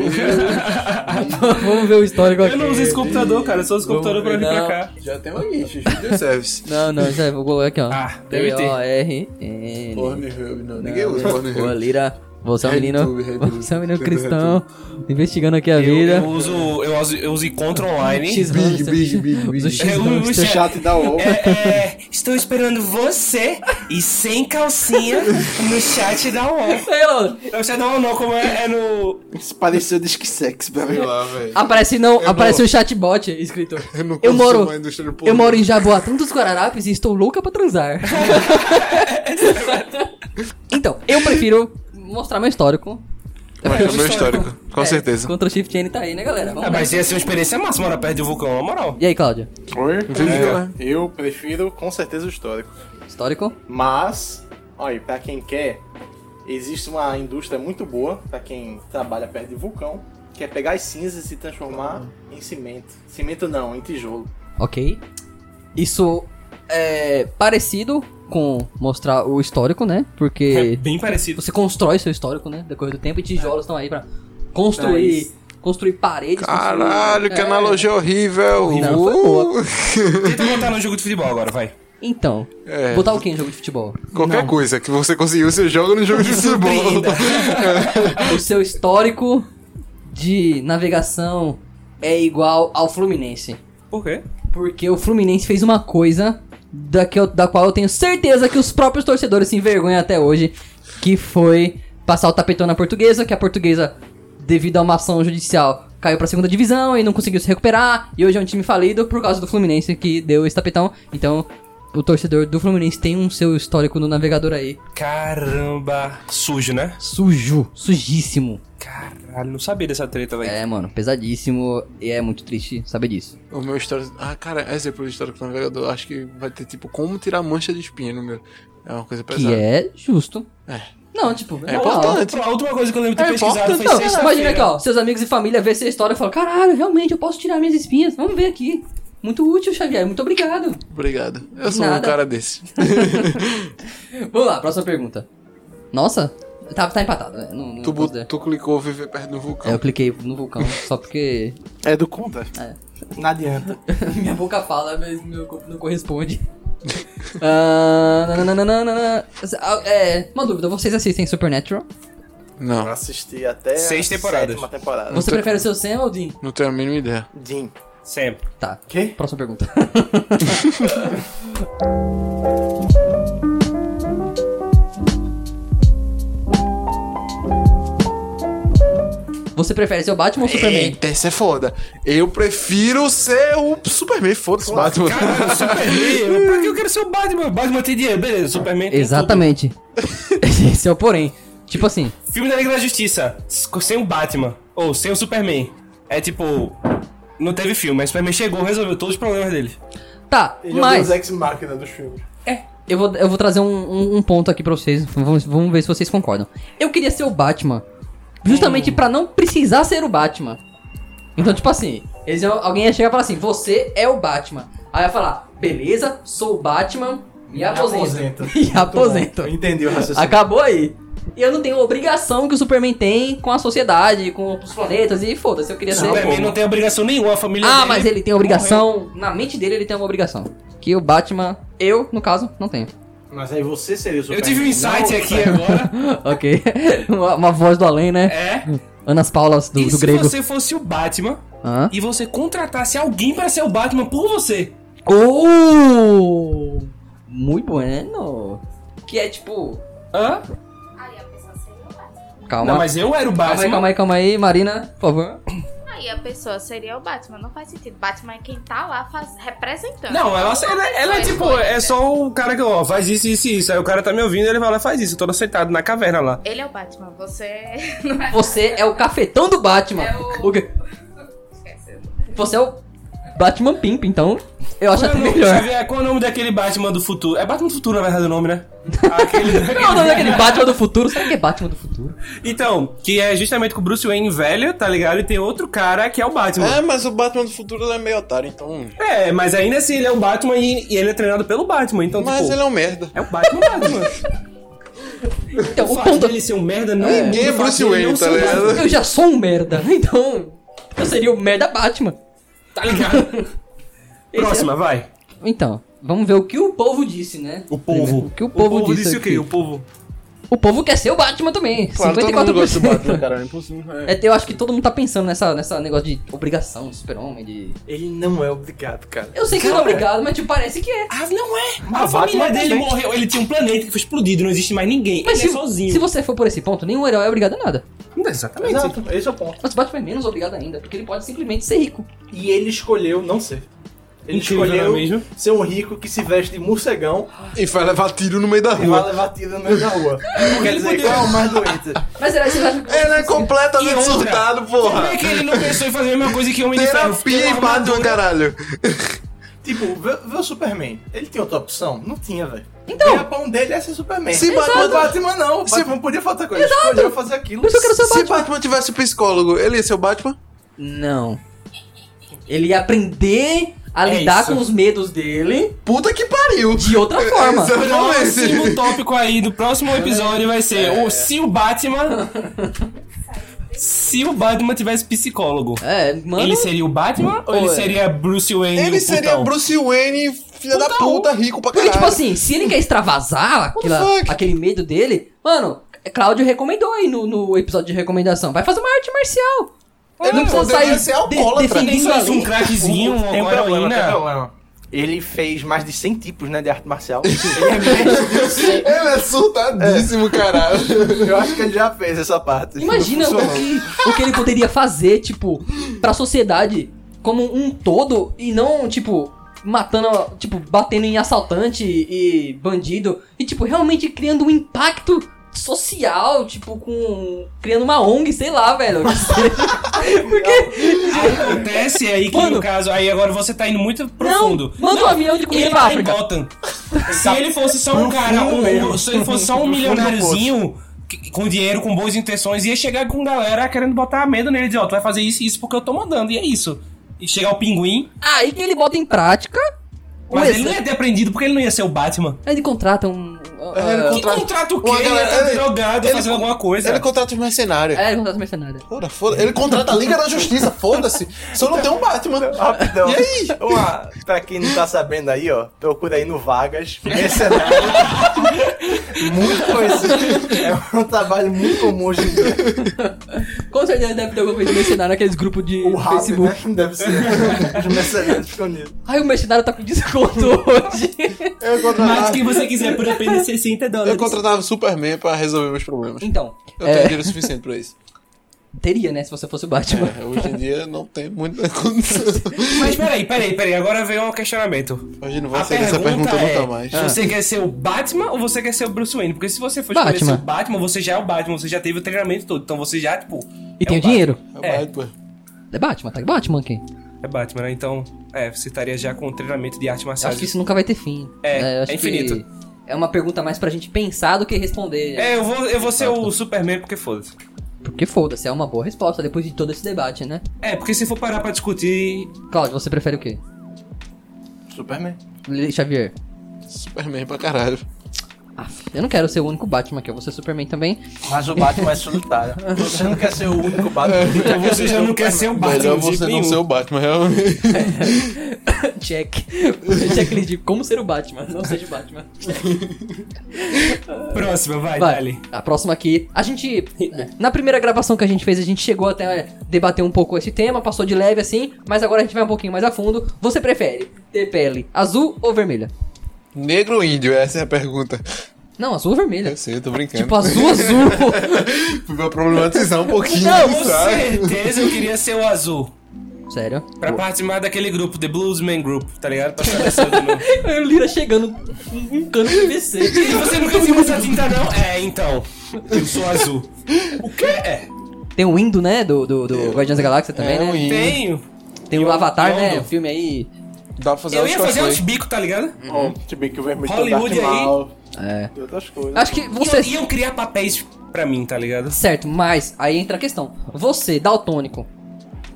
Speaker 1: veio.
Speaker 2: Vamos ver o histórico aqui.
Speaker 7: Eu não uso esse computador, cara. Eu só uso computador pra vir pra
Speaker 2: Não.
Speaker 7: cá.
Speaker 1: Já tem uma guincha, Studio Service.
Speaker 2: Não, não, isso é, vou colocar aqui, ó.
Speaker 7: Ah, deve ter.
Speaker 2: R N.
Speaker 1: Pornhub, não. né? Ninguém usa
Speaker 2: Ô,
Speaker 1: Pornhub.
Speaker 2: Lira, você é um
Speaker 1: Red
Speaker 2: menino,
Speaker 1: Tube, Red Tube.
Speaker 2: você é um menino cristão, investigando aqui a
Speaker 8: Eu,
Speaker 2: vida.
Speaker 8: eu uso, eu uso, eu uso encontro online.
Speaker 2: X
Speaker 1: Big, big, big, big.
Speaker 8: Eu uso
Speaker 1: Isso é chato e dá ovo.
Speaker 8: É, é, estou esperando você e sem calcinha no chat da UOL. É o chat da UOL não, como é, é no...
Speaker 3: Isso pareceu disque-sex pra mim.
Speaker 1: Sei lá, velho.
Speaker 2: Aparece não,
Speaker 1: Eu
Speaker 2: aparece
Speaker 1: não-
Speaker 2: o chatbot escrito.
Speaker 1: Eu não
Speaker 2: Eu
Speaker 1: consumo
Speaker 2: moro,
Speaker 1: a indústria do pornô.
Speaker 2: eu moro em Jaboatão dos Guararapes e estou louca pra transar. então, eu prefiro mostrar meu histórico.
Speaker 1: Mas é meu histórico, com
Speaker 2: É,
Speaker 1: certeza.
Speaker 2: Ctrl Shift N tá aí, né, galera? Vamos
Speaker 8: Ah,
Speaker 2: lá.
Speaker 8: mas ia ser uma experiência massa morar perto do vulcão, na moral.
Speaker 2: E aí, Cláudia?
Speaker 3: Oi?
Speaker 1: Viva.
Speaker 3: É, eu prefiro com certeza o histórico.
Speaker 2: Histórico?
Speaker 3: Mas, olha, pra quem quer, existe uma indústria muito boa pra quem trabalha perto de vulcão, que é pegar as cinzas e transformar
Speaker 2: Uhum.
Speaker 3: em cimento. Cimento não, em tijolo.
Speaker 2: Ok. Isso é parecido com mostrar o histórico, né?
Speaker 8: É
Speaker 2: Porque
Speaker 8: bem parecido.
Speaker 2: você constrói seu histórico, né? Decorrer do tempo e tijolos estão aí pra construir, construir paredes. construir-
Speaker 1: Caralho, que
Speaker 2: É.
Speaker 1: analogia horrível.
Speaker 2: Não, foi boa.
Speaker 8: Tenta montar no jogo de futebol agora, vai.
Speaker 2: Então,
Speaker 1: É.
Speaker 2: botar o que em jogo de futebol?
Speaker 1: Qualquer coisa que você conseguiu, você joga no jogo de futebol.
Speaker 8: surpreenda.
Speaker 2: o seu histórico de navegação é igual ao Fluminense.
Speaker 8: Por quê?
Speaker 2: Porque o Fluminense fez uma coisa da, que eu- da qual eu tenho certeza que os próprios torcedores se envergonham até hoje, que foi passar o tapetão na portuguesa, que a portuguesa, devido a uma ação judicial, caiu pra segunda divisão e não conseguiu se recuperar, e hoje é um time falido por causa do Fluminense que deu esse tapetão. Então, o torcedor do Fluminense tem um seu histórico no navegador aí.
Speaker 8: Caramba. Sujo, né?
Speaker 2: Sujo, sujíssimo.
Speaker 8: Caralho, não sabia dessa treta, velho.
Speaker 2: É, mano, pesadíssimo e é muito triste saber disso.
Speaker 1: O meu histórico. Ah, cara, exemplo do histórico do navegador. Acho que vai ter tipo como tirar mancha de espinha no meu. É uma coisa pesada.
Speaker 2: Que é justo.
Speaker 1: É.
Speaker 2: Não, tipo,
Speaker 1: É
Speaker 2: não,
Speaker 1: importante.
Speaker 8: A última coisa que eu lembro de
Speaker 1: É
Speaker 8: ter pesquisado
Speaker 1: importante,
Speaker 8: foi
Speaker 2: Não, então,
Speaker 8: sexta-feira.
Speaker 2: imagina aqui, ó, seus amigos e família vê essa história e falam, caralho, realmente, eu posso tirar minhas espinhas, vamos ver aqui. Muito útil, Xavier, muito obrigado.
Speaker 1: é. Obrigado. Eu sou um
Speaker 2: Nada.
Speaker 1: cara desse.
Speaker 2: Vamos lá, próxima pergunta. Nossa, tá, tá empatado, né? Não, não
Speaker 1: tu,
Speaker 2: posso
Speaker 1: bot-
Speaker 2: dizer.
Speaker 1: tu clicou viver perto do vulcão.
Speaker 2: É, eu cliquei no vulcão, só porque (laughs)
Speaker 3: É do conta? Não adianta.
Speaker 2: minha boca fala, mas meu corpo
Speaker 1: (laughs)
Speaker 2: não corresponde. Ah, nananana. Ah, é, uma dúvida, vocês assistem Supernatural?
Speaker 1: Não,
Speaker 3: Assisti até
Speaker 8: Seis
Speaker 3: a
Speaker 8: temporadas.
Speaker 3: sétima temporada.
Speaker 2: Você prefere o seu Sam ou o Dean?
Speaker 1: não tenho a mínima ideia.
Speaker 3: Jim.
Speaker 8: Sempre.
Speaker 2: Tá,
Speaker 3: Quê?
Speaker 2: próxima pergunta. Você prefere ser o Batman ou o Superman?
Speaker 1: Eita, isso é foda. Eu prefiro ser o Superman, foda-se, Batman.
Speaker 8: Caralho, Superman. pra que eu quero ser o Batman? Batman tem dinheiro, beleza. Superman tem
Speaker 2: Exatamente. (laughs) Esse é o porém. Tipo assim,
Speaker 8: tudo. Filme da Liga da Justiça. s- Sem o Batman. Ou sem o Superman. É tipo... Não teve filme, mas Superman chegou, resolveu todos os problemas dele.
Speaker 2: tá,
Speaker 3: Ele é o
Speaker 2: mas
Speaker 3: Deus Ex Machina dos filmes.
Speaker 2: É, eu vou, eu vou trazer um, um- um ponto aqui pra vocês. Vamos, vamos ver se vocês concordam. Eu queria ser o Batman.
Speaker 8: Hum.
Speaker 2: Justamente pra não precisar ser o Batman. Então, tipo assim, eles iam- alguém ia chegar e falar assim: Você é o Batman. Aí ia falar: Beleza, sou o Batman, me (laughs) aposento. Me aposento.
Speaker 3: Muito bom. Entendi o raciocínio.
Speaker 2: Acabou aí. E eu não tenho a obrigação que o Superman tem com a sociedade, com os planetas e foda-se, eu queria ser.
Speaker 8: Superman não tem obrigação nenhuma, a família
Speaker 2: Ah,
Speaker 8: dele-
Speaker 2: mas ele tem obrigação. Na mente dele, ele tem uma obrigação. Que o Batman, eu, no caso, não tenho.
Speaker 3: Mas aí você seria o
Speaker 8: Eu
Speaker 3: Superman.
Speaker 8: tive um insight
Speaker 3: não,
Speaker 8: aqui agora.
Speaker 2: (laughs) ok. uma, uma voz (laughs) do além, né?
Speaker 8: É.
Speaker 2: Anas Paulas do,
Speaker 8: e
Speaker 2: do
Speaker 8: se
Speaker 2: grego.
Speaker 8: você fosse o Batman
Speaker 2: Hã?
Speaker 8: e você contratasse alguém pra ser o Batman por você?
Speaker 2: Oh! Muito bueno. Que é tipo.
Speaker 8: Hã?
Speaker 4: Aí a pessoa seria o Batman.
Speaker 2: Calma.
Speaker 8: Não, mas eu era o
Speaker 2: Calma aí,
Speaker 8: Batman.
Speaker 2: calma aí, calma aí, Marina, por favor.
Speaker 4: Aí a pessoa seria o Batman. Não faz sentido. Batman é quem tá lá faz... representando.
Speaker 8: Não, ela, ela, ela é tipo, é só o cara que, ó, faz isso, isso e isso. Aí o cara tá me ouvindo ele fala, faz isso, todo sentado na caverna lá.
Speaker 4: Ele é o Batman. Você não é.
Speaker 2: Você é o cafetão do Batman.
Speaker 4: É o-
Speaker 2: quê?
Speaker 4: Esquece.
Speaker 2: Você é o Batman Pimp, então eu acho até
Speaker 8: Qual é o nome-
Speaker 2: melhor.
Speaker 8: Xavier, qual é o nome daquele Batman do futuro? É Batman do futuro, na verdade, o nome, né? Aquele, né?
Speaker 2: Qual é o nome daquele Batman do futuro? Sabe o que é Batman do futuro?
Speaker 8: Então, que é justamente com o Bruce Wayne velho, tá ligado? E tem outro cara que é o Batman.
Speaker 1: É, mas o Batman do futuro ele é meio otário, então.
Speaker 8: É, mas ainda assim ele é o Batman e, e ele é treinado pelo Batman, então
Speaker 1: Mas
Speaker 8: tipo...
Speaker 1: ele é um merda.
Speaker 8: É o Batman Batman.
Speaker 2: Então,
Speaker 8: o
Speaker 2: o
Speaker 8: fato
Speaker 2: ponto...
Speaker 8: dele ser um merda não muda
Speaker 1: Ninguém é
Speaker 8: o fato
Speaker 1: Bruce
Speaker 8: dele
Speaker 1: Wayne,
Speaker 8: não ser
Speaker 1: tá
Speaker 8: um Batman,
Speaker 1: ligado?
Speaker 2: Eu já sou um merda, então eu seria o merda Batman.
Speaker 8: Tá ligado? Próxima, vai.
Speaker 2: Então, vamos ver o que o povo disse, né?
Speaker 8: O povo.
Speaker 2: O que o povo, disse,
Speaker 8: disse o
Speaker 2: aqui.
Speaker 8: quê? O povo...
Speaker 2: O povo quer ser o Batman também.
Speaker 1: Claro, todo
Speaker 2: 54%.
Speaker 1: mundo gosta do Batman, cara. É impossível. É.
Speaker 2: (laughs) É, eu acho que todo mundo tá pensando nessa, nessa negócio de obrigação, de super-homem, de...
Speaker 3: Ele não é obrigado, cara.
Speaker 2: Eu sei que não é obrigado, mas tipo, parece que é.
Speaker 8: Ah, não é.
Speaker 3: Mas
Speaker 8: a família
Speaker 3: Batman
Speaker 8: dele
Speaker 3: também.
Speaker 8: morreu. Ele tinha um planeta que foi explodido, não existe mais ninguém.
Speaker 2: Mas
Speaker 8: ele
Speaker 2: se,
Speaker 8: é sozinho.
Speaker 2: se você for por esse ponto, nenhum herói é obrigado a nada.
Speaker 8: Não, exatamente.
Speaker 3: Exato, esse é o ponto.
Speaker 2: Mas o Batman é menos obrigado ainda, porque ele pode simplesmente ser rico.
Speaker 3: E ele escolheu não ser. Ele
Speaker 8: Incrível,
Speaker 3: escolheu
Speaker 8: não é mesmo?
Speaker 3: ser um rico que se veste de morcegão
Speaker 1: (laughs) E vai levar tiro no meio da
Speaker 3: e vai
Speaker 1: rua.
Speaker 3: levar tiro no meio da (laughs) rua. Quer dizer, qual é o mais doente?
Speaker 2: Mas será que você acha que...
Speaker 1: Ele é
Speaker 8: E
Speaker 1: completamente
Speaker 8: outra?
Speaker 1: surtado,
Speaker 8: Como é
Speaker 1: porra.
Speaker 8: que ele não pensou em fazer a mesma coisa que o Homem de Ferro?
Speaker 1: Terapia e Batman, caralho.
Speaker 3: (laughs) Tipo, vê, vê o Superman. Ele tinha outra opção? Não tinha, velho.
Speaker 2: Então.
Speaker 3: E a pão dele é ser Superman.
Speaker 1: Se
Speaker 3: Exato.
Speaker 1: Batman-
Speaker 3: O Batman não. O Batman podia faltar coisa. Ele
Speaker 2: Exato.
Speaker 3: escolheu fazer aquilo.
Speaker 2: Por isso eu quero ser o
Speaker 1: Se
Speaker 2: Batman.
Speaker 1: Batman tivesse psicólogo, ele ia ser o Batman?
Speaker 2: Não. Ele ia aprender a
Speaker 8: É
Speaker 2: lidar
Speaker 8: isso. É
Speaker 2: com os medos dele
Speaker 1: Puta que pariu.
Speaker 2: de
Speaker 8: (laughs)
Speaker 2: outra forma.
Speaker 8: um Próximo tópico aí do próximo episódio vai ser o se o Batman. Se o Batman tivesse psicólogo,
Speaker 2: É, mano.
Speaker 8: ele seria o Batman ou ele
Speaker 2: Ué.
Speaker 8: seria Bruce Wayne?
Speaker 1: Ele
Speaker 8: o
Speaker 1: seria
Speaker 8: putão?
Speaker 1: Bruce Wayne, filha da
Speaker 8: Putão.
Speaker 1: puta, rico pra
Speaker 2: Porque,
Speaker 1: caralho.
Speaker 2: tipo assim, se ele quer extravasar aquela-
Speaker 1: What the fuck?
Speaker 2: aquele medo dele, mano, Cláudio recomendou aí no, no episódio de recomendação. Vai fazer uma arte marcial.
Speaker 1: Ele é poderia ser alcoólatra. é
Speaker 8: Nem
Speaker 2: defendendo
Speaker 8: só
Speaker 2: a
Speaker 8: isso, um
Speaker 2: lei.
Speaker 8: craquezinho, uma
Speaker 3: Tem um problema, tem um
Speaker 8: heroína.
Speaker 3: problema. Ele fez mais de 100 tipos, né, de arte marcial. Ele é mestre de 100.
Speaker 1: Ele é surtadíssimo,
Speaker 3: (laughs)
Speaker 1: caralho.
Speaker 3: (laughs) Eu acho que ele já fez essa parte.
Speaker 2: Imagina
Speaker 3: Não
Speaker 2: o
Speaker 3: funcionou.
Speaker 2: que, o que ele poderia fazer, tipo, pra sociedade como um todo e não, tipo, matando, tipo, batendo em assaltante e bandido e, tipo, realmente criando um impacto social, tipo, com. criando uma ONG, sei lá, velho. Porque.
Speaker 8: Acontece aí que
Speaker 2: Mano.
Speaker 8: no caso, aí agora você tá indo muito profundo.
Speaker 2: Não, manda um avião de
Speaker 8: Ele
Speaker 2: comida pra
Speaker 8: tá em
Speaker 2: África.
Speaker 8: Gotham. Se ele fosse só um cara, um-
Speaker 3: mesmo.
Speaker 8: se ele fosse só um
Speaker 3: No fundo do
Speaker 8: milionáriozinho que- com dinheiro, com boas intenções, ia chegar com galera querendo botar medo nele, dizer, ó, tu vai fazer isso e isso porque eu tô mandando, e é isso. E chegar o pinguim,
Speaker 2: Aí Ah, que ele bota em prática. o
Speaker 8: mas ele
Speaker 2: exército.
Speaker 8: não ia ter aprendido porque ele não ia ser o Batman.
Speaker 2: Aí ele contrata um.
Speaker 1: ele
Speaker 2: ah,
Speaker 8: Que
Speaker 1: Contrata-
Speaker 8: contrata o quê?
Speaker 1: É. Uma
Speaker 8: Ele
Speaker 1: galera-
Speaker 8: tá
Speaker 1: ele-
Speaker 8: drogado,
Speaker 1: ele-
Speaker 8: fazendo alguma coisa.
Speaker 1: Ele contrata os mercenários.
Speaker 2: é, ele contrata um mercenário.
Speaker 1: Foda, foda. Ele contrata a Liga da Justiça, foda-se. Só não tem um Batman.
Speaker 3: Rapidão.
Speaker 1: E aí?
Speaker 3: Uma, pra quem não tá sabendo aí, ó, procura aí no Vagas, mercenário. muito
Speaker 1: (laughs)
Speaker 3: conhecido. É um trabalho muito comum hoje em dia.
Speaker 2: Com certeza deve ter alguma coisa de mercenário naqueles grupos de
Speaker 3: O rap,
Speaker 2: Facebook.
Speaker 3: né? Deve ser. Os mercenários ficam nisso.
Speaker 2: Ai, o mercenário tá com (laughs) desconto hoje.
Speaker 1: Eu
Speaker 8: Mas
Speaker 1: contratava,
Speaker 8: quem você quiser por apenas
Speaker 1: (laughs)
Speaker 8: 60
Speaker 1: eu
Speaker 8: dólares.
Speaker 1: contratava o Superman pra resolver meus problemas.
Speaker 2: Então,
Speaker 1: Eu tenho
Speaker 2: é,
Speaker 1: dinheiro suficiente pra isso.
Speaker 2: teria, né, se você fosse o Batman.
Speaker 1: É, hoje em dia não tem muita condição.
Speaker 8: Mas peraí, peraí, peraí, agora veio um questionamento.
Speaker 1: Hoje não
Speaker 8: A
Speaker 1: vai sair dessa
Speaker 8: pergunta
Speaker 1: pergunta
Speaker 8: é,
Speaker 1: nunca mais.
Speaker 8: Você quer ser o Batman ou você quer ser o Bruce Wayne? Porque se você for escolher
Speaker 2: Batman.
Speaker 8: ser o Batman, você já é o Batman, você já teve o treinamento todo. Então você já, tipo.
Speaker 2: E
Speaker 8: é
Speaker 2: tem
Speaker 8: o
Speaker 2: o dinheiro.
Speaker 1: É o
Speaker 8: é.
Speaker 1: Batman.
Speaker 2: É Batman, tá? Batman aqui.
Speaker 8: Batman. É Batman, né? Então, é, você estaria já com o treinamento de arte marcial.
Speaker 2: Acho que isso nunca vai ter fim.
Speaker 8: É,
Speaker 2: eu
Speaker 8: é infinito.
Speaker 2: que É uma pergunta mais pra gente pensar do que responder.
Speaker 8: É, eu vou, eu vou ser o Superman porque foda-se.
Speaker 2: Porque foda-se, é uma boa resposta depois de todo esse debate, né?
Speaker 8: É, porque se for parar pra discutir.
Speaker 2: Claudio, você prefere o quê?
Speaker 3: Superman.
Speaker 2: Lili Xavier.
Speaker 1: Superman pra caralho.
Speaker 2: Aff, eu não quero ser o único Batman aqui, eu vou ser Superman (coughs) também.
Speaker 3: Mas o Batman é solitário. Você não quer ser o único Batman.
Speaker 8: Então você já não quer ser o Batman.
Speaker 1: Melhor
Speaker 8: de jeito
Speaker 1: você não
Speaker 8: nenhum.
Speaker 1: ser o Batman, realmente.
Speaker 2: Check. (coughs) Checklist de como ser o Batman, não seja o Batman.
Speaker 8: Próxima, vai,
Speaker 2: Vai,
Speaker 8: Dali.
Speaker 2: a próxima aqui. A gente. Na primeira gravação que a gente fez, a gente chegou até a debater um pouco esse tema, passou de leve assim, mas agora a gente vai um pouquinho mais a fundo. Você prefere ter pele azul ou vermelha?
Speaker 1: Negro ou índio? Essa é a pergunta.
Speaker 2: Não, azul ou vermelha?
Speaker 1: Eu sei, eu tô brincando.
Speaker 9: (laughs)
Speaker 2: Tipo, azul, (laughs) azul.
Speaker 1: Pra problematizar um pouquinho,
Speaker 8: Com
Speaker 1: sabe?
Speaker 8: certeza eu queria ser o azul.
Speaker 2: Sério?
Speaker 8: Pra participar daquele grupo, The Bluesman Group, tá ligado? Pra (laughs) saber se eu de novo.
Speaker 2: É, O Lira chegando com um cano de PVC.
Speaker 8: E Você nunca viu essa tinta, não? É, então. Eu sou azul. O quê? É,
Speaker 2: Tem o Indo, né? Do, do, do Guardiões da Galáxia também,
Speaker 1: É um
Speaker 2: né?
Speaker 1: índio.
Speaker 8: tenho.
Speaker 2: Tem o
Speaker 8: Eu-
Speaker 2: Avatar,
Speaker 8: eu
Speaker 2: né?
Speaker 8: ando.
Speaker 2: O filme aí.
Speaker 9: Dá pra fazer
Speaker 8: Eu
Speaker 9: os
Speaker 8: ia fazer uns
Speaker 9: cosplay.
Speaker 8: bicos, tá ligado?
Speaker 9: Ó,
Speaker 1: Que
Speaker 3: Tipo,
Speaker 1: bem que o
Speaker 3: tá
Speaker 1: vermelho
Speaker 8: Hollywood aí.
Speaker 2: É.
Speaker 1: e outras coisas.
Speaker 2: Acho que você.
Speaker 8: Iam, iam criar papéis pra mim, tá ligado?
Speaker 2: Certo, mas aí entra a questão. Você, daltônico.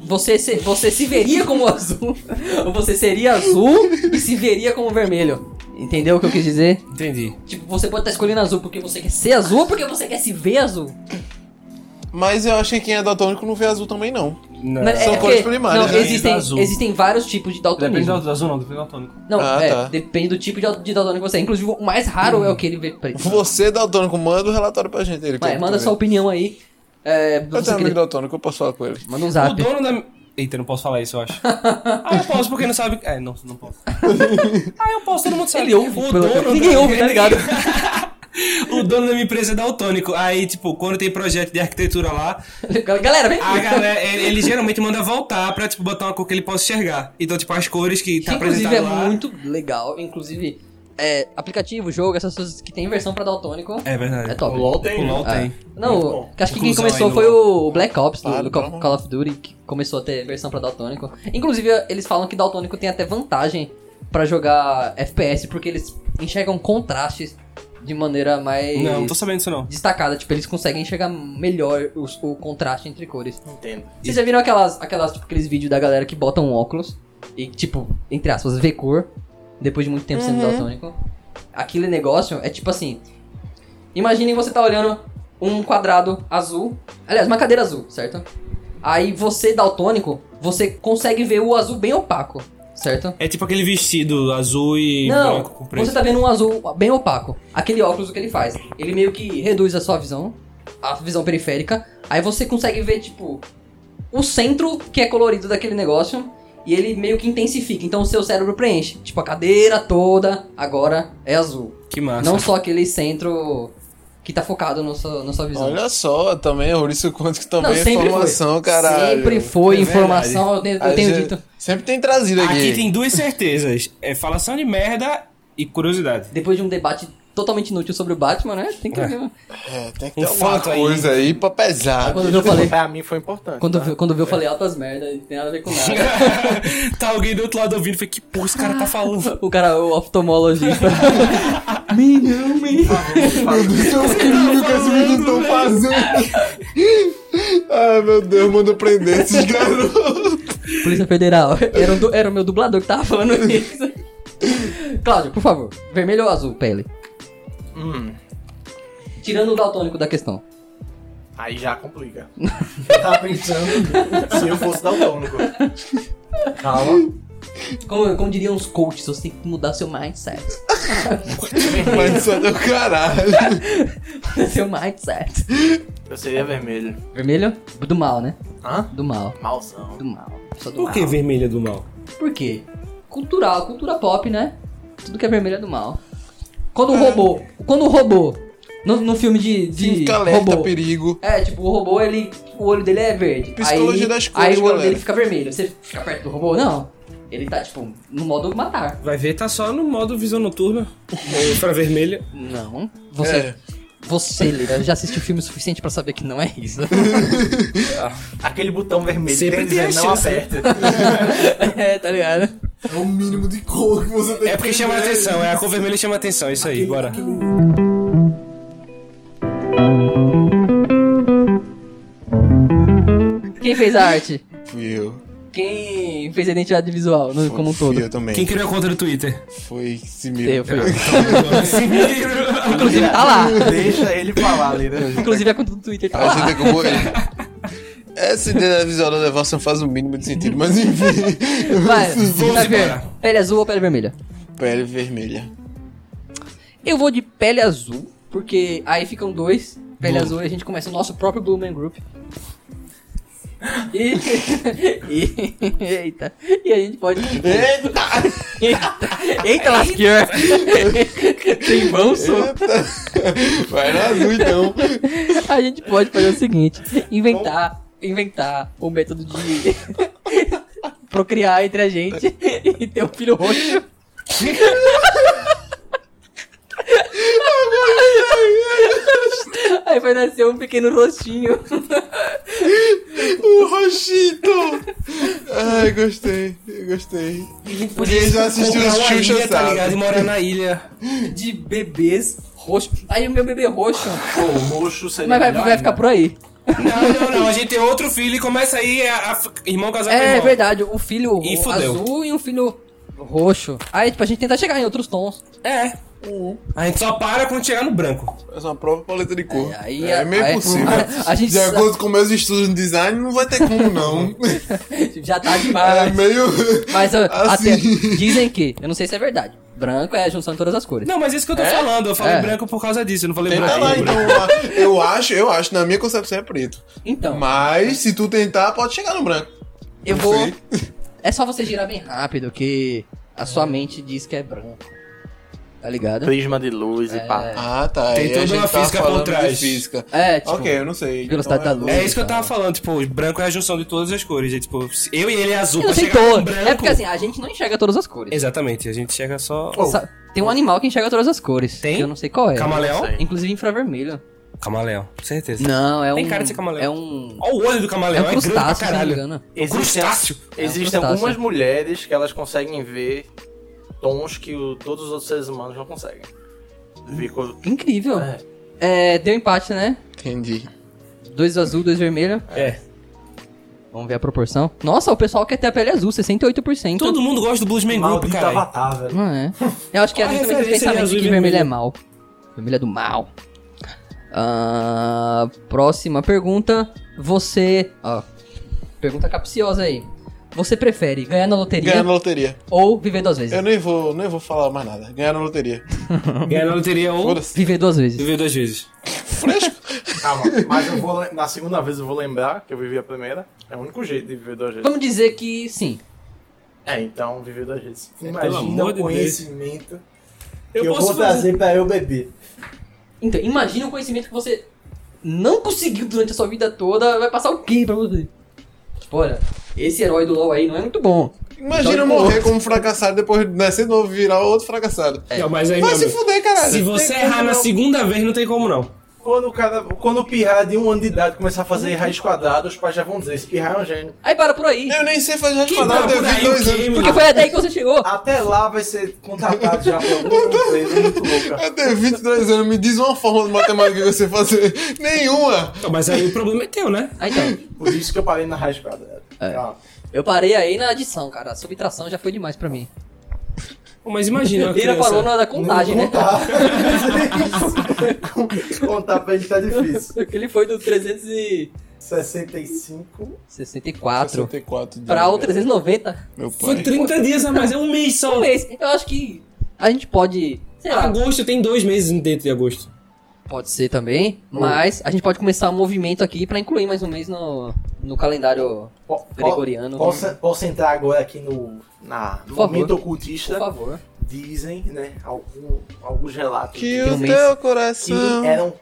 Speaker 2: Você se, você se veria como (laughs) azul. ou você seria azul e se veria como vermelho. Entendeu o que eu quis dizer?
Speaker 8: Entendi.
Speaker 2: Tipo, você pode estar escolhendo azul porque você quer ser azul ou porque você quer se ver azul.
Speaker 9: Mas eu acho que quem é daltônico não vê azul também, não.
Speaker 8: Não.
Speaker 2: Mas
Speaker 9: É.
Speaker 2: é
Speaker 9: São cores primárias,
Speaker 2: Não,
Speaker 9: né?
Speaker 2: existem,
Speaker 10: Azul.
Speaker 2: existem vários tipos
Speaker 8: é
Speaker 2: de
Speaker 10: Depende
Speaker 2: daltonismo.
Speaker 10: do azul, não, depende do tônico.
Speaker 2: Não,
Speaker 9: Ah,
Speaker 2: é,
Speaker 9: tá.
Speaker 2: depende do tipo de, dal- de daltônico que você é. Inclusive, o mais raro é o que ele vê preto.
Speaker 9: Você, daltônico, manda o relatório pra gente. Ele
Speaker 2: Mas
Speaker 9: como
Speaker 2: manda
Speaker 9: tu
Speaker 2: sua
Speaker 9: vê.
Speaker 2: opinião aí. É,
Speaker 9: Eu
Speaker 2: você
Speaker 9: tenho um amigo
Speaker 2: queria...
Speaker 9: daltônico, eu posso falar com ele.
Speaker 2: Manda um
Speaker 8: O
Speaker 2: zap.
Speaker 8: dono da. Eita, eu não posso falar isso, eu acho. Ah, eu posso porque não sabe. É, não, não posso.
Speaker 2: (laughs)
Speaker 8: Ah, eu posso, todo mundo sabe.
Speaker 2: Ele ouve,
Speaker 8: o
Speaker 2: pelo-
Speaker 8: dono
Speaker 2: ninguém ouve, tá ligado?
Speaker 8: (laughs) o dono da minha empresa é daltônico. Aí, tipo, quando tem projeto de arquitetura lá,
Speaker 2: (laughs) Galera, vem
Speaker 8: a
Speaker 9: Ah,
Speaker 2: aqui.
Speaker 8: galera, (laughs) ele, ele geralmente manda voltar pra, tipo, botar uma cor que ele possa enxergar. Então, tipo, as cores que tá
Speaker 2: que inclusive
Speaker 8: apresentada
Speaker 2: é
Speaker 8: lá.
Speaker 2: muito legal. Inclusive, é, aplicativo, jogo, essas coisas que tem versão pra Daltônico.
Speaker 8: É verdade.
Speaker 2: É top.
Speaker 3: O LOL tem. né?
Speaker 8: O LOL
Speaker 2: É.
Speaker 8: tem. né?
Speaker 2: Não, que acho que quem
Speaker 8: Inclusão
Speaker 2: começou
Speaker 8: aí no-
Speaker 2: foi o Black Ops do,
Speaker 9: Claro,
Speaker 2: do Call,
Speaker 9: claro.
Speaker 2: Call of Duty, que começou a ter versão pra Daltônico. Inclusive, eles falam que Daltônico tem até vantagem pra jogar FPS, porque eles enxergam contrastes de maneira mais
Speaker 8: Não, não tô sabendo disso não.
Speaker 2: destacada. Tipo, eles conseguem enxergar melhor os- o contraste entre cores.
Speaker 3: Entendo.
Speaker 2: Vocês já viram aquelas, aquelas, tipo, aqueles vídeos da galera que botam um óculos e, tipo, entre aspas, vê cor, depois de muito tempo sendo daltônico? Aquele negócio é tipo assim. Imaginem você tá olhando um quadrado azul. Aliás, uma cadeira azul, certo? Aí você, daltônico, você consegue ver o azul bem opaco, certo?
Speaker 8: É tipo aquele vestido azul e
Speaker 2: Não,
Speaker 8: branco com preto.
Speaker 2: você tá vendo um azul bem opaco. Aquele óculos, o que ele faz? Ele meio que reduz a sua visão, a visão periférica. Aí você consegue ver, tipo, o centro que é colorido daquele negócio. E ele meio que intensifica. Então o seu cérebro preenche. Tipo, a cadeira toda agora é azul.
Speaker 8: Que massa.
Speaker 2: Não só aquele centro que tá focado no seu- na sua visão.
Speaker 9: Olha só, também, Maurício Conte, que também é
Speaker 2: sempre
Speaker 9: informação,
Speaker 2: foi.
Speaker 9: caralho.
Speaker 2: Sempre foi
Speaker 9: É
Speaker 2: informação, eu tenho, eu
Speaker 9: verdade.
Speaker 2: tenho
Speaker 9: A gente
Speaker 2: dito.
Speaker 9: Sempre tem trazido aqui.
Speaker 8: Aqui tem duas certezas. É falação de merda e curiosidade.
Speaker 2: Depois de um debate totalmente inútil sobre o Batman, né? Tem que ver.
Speaker 9: É, tem que
Speaker 8: Um
Speaker 9: ter alguma
Speaker 8: fato aí.
Speaker 9: coisa aí pra pesar.
Speaker 2: Quando eu falei.
Speaker 3: Pra mim foi importante.
Speaker 2: Quando,
Speaker 3: tá?
Speaker 2: viu- quando viu, eu falei altas merdas, não tem nada a ver com nada.
Speaker 8: (laughs) tá alguém do outro lado ouvindo e falei, que porra esse cara tá falando?
Speaker 2: O cara, o oftalmologista. me não, me.
Speaker 9: Meu Deus, é um crime que esses meninos estão fazendo. Ai, meu Deus, manda prender
Speaker 1: (laughs)
Speaker 9: esses garotos.
Speaker 2: Polícia Federal. Era, o du- era o meu dublador que tava falando isso. Cláudio, por favor. Vermelho ou azul, pele?
Speaker 3: Hum,
Speaker 2: Tirando o daltônico da questão.
Speaker 3: Aí já complica. Eu tava pensando se eu fosse daltônico. Calma.
Speaker 2: Como, como diriam os coaches, você tem que mudar seu mindset. (laughs)
Speaker 9: Mas isso é do caralho.
Speaker 2: seu mindset.
Speaker 3: Eu seria vermelho.
Speaker 2: Vermelho? Do mal, né?
Speaker 3: Hã?
Speaker 2: Do mal.
Speaker 3: Malzão.
Speaker 2: Do mal. Só do
Speaker 8: Por
Speaker 2: mal.
Speaker 8: que vermelha do mal?
Speaker 2: Por quê? Cultural, cultura pop, né? Tudo que é vermelho é do mal. Quando o robô. Quando o robô. No, no filme de. de
Speaker 9: Fica alerta,
Speaker 2: robô.
Speaker 9: perigo.
Speaker 2: É, tipo, o robô, ele. O olho dele é verde.
Speaker 9: Psicologia
Speaker 2: aí,
Speaker 9: das cores,
Speaker 2: Aí o olho
Speaker 9: galera.
Speaker 2: dele fica vermelho. Você fica perto do robô? Não. Ele tá, tipo, no modo matar.
Speaker 8: Vai ver, tá só no modo visão noturna. Ou pra vermelha.
Speaker 2: Não. Você.
Speaker 9: É.
Speaker 2: Você, Lira, já assistiu filme o suficiente pra saber que não é isso.
Speaker 3: Aquele botão vermelho
Speaker 8: Sempre
Speaker 3: tem assim. que
Speaker 8: tem a
Speaker 3: dizer não
Speaker 8: chance.
Speaker 3: aperta.
Speaker 2: (laughs) é, tá ligado?
Speaker 1: É o mínimo de cor que você tem
Speaker 8: É porque chama atenção, é a cor vermelha chama atenção, é isso aí, bora.
Speaker 2: Quem fez a arte?
Speaker 9: Fui eu.
Speaker 2: Quem fez a identidade visual no- como um
Speaker 9: Fui
Speaker 2: todo?
Speaker 9: eu também.
Speaker 8: Quem criou a conta do Twitter?
Speaker 9: Foi esse
Speaker 2: Eu,
Speaker 9: mesmo.
Speaker 2: fui eu. Inclusive, tá lá.
Speaker 3: Deixa ele falar, Lira.
Speaker 2: Inclusive, a conta do Twitter tá lá.
Speaker 9: A gente é como ele. Essa ideia da visual da devoção faz o mínimo de sentido, mas enfim.
Speaker 2: Vai, vai
Speaker 8: embora.
Speaker 2: ver. Pele azul ou pele vermelha?
Speaker 9: Pele vermelha.
Speaker 2: Eu vou de pele azul, porque aí ficam dois. Pele azul e a gente começa o nosso próprio Blue Man (laughs) Group. E, (laughs) e- eita. E a gente pode.
Speaker 9: Eita!
Speaker 2: Eita, eita (laughs) lasqueira! Tem mão só.
Speaker 9: Vai na azul então.
Speaker 2: A gente pode fazer o seguinte: inventar, inventar o método de (laughs) procriar entre a gente e ter um filho roxo. Aí vai nascer um pequeno rostinho.
Speaker 9: O Rochito!
Speaker 1: Ai, gostei, eu gostei.
Speaker 8: A gente podia
Speaker 1: já assistiu
Speaker 8: comprar
Speaker 1: os
Speaker 8: uma
Speaker 1: Xuxa
Speaker 8: ilha, tá
Speaker 1: sabe.
Speaker 8: ligado? E morar na ilha.
Speaker 2: De bebês roxos. Aí o meu bebê roxo.
Speaker 3: Pô, roxo seria
Speaker 2: Mas vai,
Speaker 3: melhor
Speaker 2: vai
Speaker 3: ainda.
Speaker 2: ficar por aí.
Speaker 8: Não, não, não. A gente tem outro filho e começa aí é, a, a- irmão casar com
Speaker 2: É,
Speaker 8: irmão.
Speaker 2: verdade. Um filho
Speaker 8: E fudeu.
Speaker 2: azul e um filho roxo. Aí, tipo, a gente tenta chegar em outros tons. Um,
Speaker 8: É. A gente só para quando chegar no branco.
Speaker 1: Faz É uma prova paleta de cor.
Speaker 2: É, aí-
Speaker 1: é meio
Speaker 2: aí-
Speaker 1: possível.
Speaker 2: (laughs) a gente
Speaker 1: de
Speaker 2: sabe-
Speaker 1: acordo com meus estudos de design, não vai ter como, não.
Speaker 2: Já tá
Speaker 1: É
Speaker 2: demais.
Speaker 1: meio.
Speaker 2: Mas ó,
Speaker 1: Assim.
Speaker 2: até dizem que, eu não sei se é verdade. Branco é a junção de todas as cores.
Speaker 8: Não, mas isso que eu tô falando. Eu falei
Speaker 2: É.
Speaker 8: branco por causa disso. Eu não falei
Speaker 1: Tenta
Speaker 8: branco.
Speaker 1: lá, então. lá. Eu acho, eu acho, na minha concepção é preto.
Speaker 2: Então,
Speaker 1: Mas se tu tentar, pode chegar no branco.
Speaker 2: eu
Speaker 1: não
Speaker 2: vou.
Speaker 1: sei.
Speaker 2: É só você girar bem rápido que a sua mente diz que é branco. Tá ligado?
Speaker 3: Prisma de luz e pá.
Speaker 1: Ah, tá.
Speaker 8: Tem
Speaker 1: aí
Speaker 8: toda
Speaker 1: a gente
Speaker 8: uma
Speaker 1: tava
Speaker 8: física por
Speaker 1: falando de
Speaker 8: trás.
Speaker 1: física.
Speaker 2: É, tipo.
Speaker 1: ok, eu não sei.
Speaker 2: velocidade
Speaker 1: Então
Speaker 2: da
Speaker 1: é
Speaker 2: luz.
Speaker 8: É isso que eu tava falando, tipo, branco é a junção de todas as cores. É, tipo, se eu e ele é azul.
Speaker 2: Eu não
Speaker 8: pra
Speaker 2: sei
Speaker 8: chegar no
Speaker 2: todas.
Speaker 8: branco-
Speaker 2: É porque assim, a gente não enxerga todas as cores.
Speaker 8: Exatamente, a gente chega só.
Speaker 2: Sa- Tem um animal que enxerga todas as cores.
Speaker 8: Tem?
Speaker 2: que eu não sei qual é.
Speaker 8: Camaleão?
Speaker 2: Inclusive infravermelho.
Speaker 8: Camaleão, com certeza.
Speaker 2: Não, é um.
Speaker 8: Tem cara de ser camaleão.
Speaker 2: É um.
Speaker 8: Olha o olho do
Speaker 2: É
Speaker 8: camaleão,
Speaker 2: um
Speaker 8: é, grande pra
Speaker 2: crustáceo, se não me
Speaker 8: caralho.
Speaker 2: engano.
Speaker 3: Existem,
Speaker 8: Crustáceo.
Speaker 3: existem
Speaker 2: crustáceo.
Speaker 3: algumas mulheres que elas conseguem ver tons que o- todos os outros seres humanos não conseguem. Ver cor-
Speaker 2: Incrível.
Speaker 3: É.
Speaker 2: É, deu empate, né?
Speaker 1: Entendi.
Speaker 2: Dois azul, dois vermelho.
Speaker 8: É.
Speaker 2: Vamos ver a proporção. Nossa, o pessoal quer ter a pele azul, 68%.
Speaker 1: Então,
Speaker 8: Todo mundo gosta do Blues Man Group,
Speaker 3: Maldito
Speaker 8: caralho.
Speaker 3: avatar, velho.
Speaker 2: Não é. Eu acho que é
Speaker 8: Qual a
Speaker 2: justamente o
Speaker 8: referência de
Speaker 2: pensamento de
Speaker 8: azul e
Speaker 2: que vermelho é
Speaker 8: vermelho?
Speaker 2: mal. Vermelho é do mal. Ah, próxima pergunta. Você. Ó. Pergunta capciosa aí. Você prefere ganhar na loteria
Speaker 1: Ganhar na loteria.
Speaker 2: ou viver duas vezes?
Speaker 1: Eu nem vou, nem vou falar mais nada. Ganhar na loteria.
Speaker 8: Ganhar na loteria ou
Speaker 1: Foda-se.
Speaker 2: Viver duas vezes.
Speaker 8: viver um, duas vezes.
Speaker 3: Calma, mas eu vou, lem- na segunda vez eu vou lembrar que eu vivi a primeira. É o único jeito de viver duas vezes.
Speaker 2: Vamos dizer que sim.
Speaker 3: É, então viver duas vezes.
Speaker 8: Imagina amor o de Deus.
Speaker 3: conhecimento
Speaker 8: Eu posso fazer.
Speaker 3: pra eu beber.
Speaker 2: Então, imagina o conhecimento que você não conseguiu durante a sua vida toda, vai passar o quê pra você? Tipo, olha, esse herói do LoL aí não é muito bom.
Speaker 1: Imagina
Speaker 2: Então,
Speaker 1: morrer como fracassado, depois nascer de novo, virar outro fracassado.
Speaker 8: Não, mas aí,
Speaker 1: É. Vai
Speaker 8: meu
Speaker 1: se
Speaker 8: amigo,
Speaker 1: fuder, caralho.
Speaker 8: se você errar na segunda vez, não tem como não.
Speaker 3: Quando o cara, quando o pirra de um ano de idade começar a fazer raiz quadrada, os pais já vão dizer, esse pirra é um gênio.
Speaker 2: Aí para por aí.
Speaker 1: Eu nem sei fazer rádio
Speaker 8: Que
Speaker 1: quadrado, eu
Speaker 8: papo
Speaker 1: vi
Speaker 8: daí,
Speaker 1: dois
Speaker 8: o quê,
Speaker 1: anos.
Speaker 8: meu?
Speaker 2: Porque foi até aí que você chegou.
Speaker 3: Até lá vai ser contratado já por alguma empresa muito louca.
Speaker 1: Eu tenho 23 anos, me diz uma forma de matemática que você fazer. Nenhuma!
Speaker 8: Não,
Speaker 1: (laughs)
Speaker 8: Mas aí o problema é teu, né?
Speaker 2: Ah, então.
Speaker 3: Por isso que eu parei na raiz Tá. quadrada.
Speaker 2: É.
Speaker 3: Calma.
Speaker 2: Eu parei aí na adição, cara. A subtração já foi demais pra mim.
Speaker 8: Pô, Mas imagina. uma
Speaker 2: Ele
Speaker 8: criança-
Speaker 2: parou na da contagem, né?
Speaker 3: Isso. (laughs) Contar pra ele tá difícil.
Speaker 2: Ele foi do 364
Speaker 3: 65.
Speaker 2: pra o 390.
Speaker 1: Meu pai.
Speaker 8: Foi 30 dias a mais, é um mês só.
Speaker 2: Um mês. Eu acho que a gente pode. Sei lá,
Speaker 8: Agosto tem dois meses dentro de agosto.
Speaker 2: Pode ser também, mas a gente pode começar um movimento aqui pra incluir mais um mês no, no calendário,
Speaker 3: Po- po-
Speaker 2: Gregoriano.
Speaker 3: Posso, posso entrar agora aqui no na, no
Speaker 2: favor.
Speaker 3: momento
Speaker 2: por
Speaker 3: ocultista?
Speaker 2: favor.
Speaker 3: Dizem, né? algum- alguns relatos
Speaker 1: Que
Speaker 2: Tem
Speaker 1: o
Speaker 2: um mês. um
Speaker 1: teu
Speaker 3: que
Speaker 1: coração.
Speaker 3: eram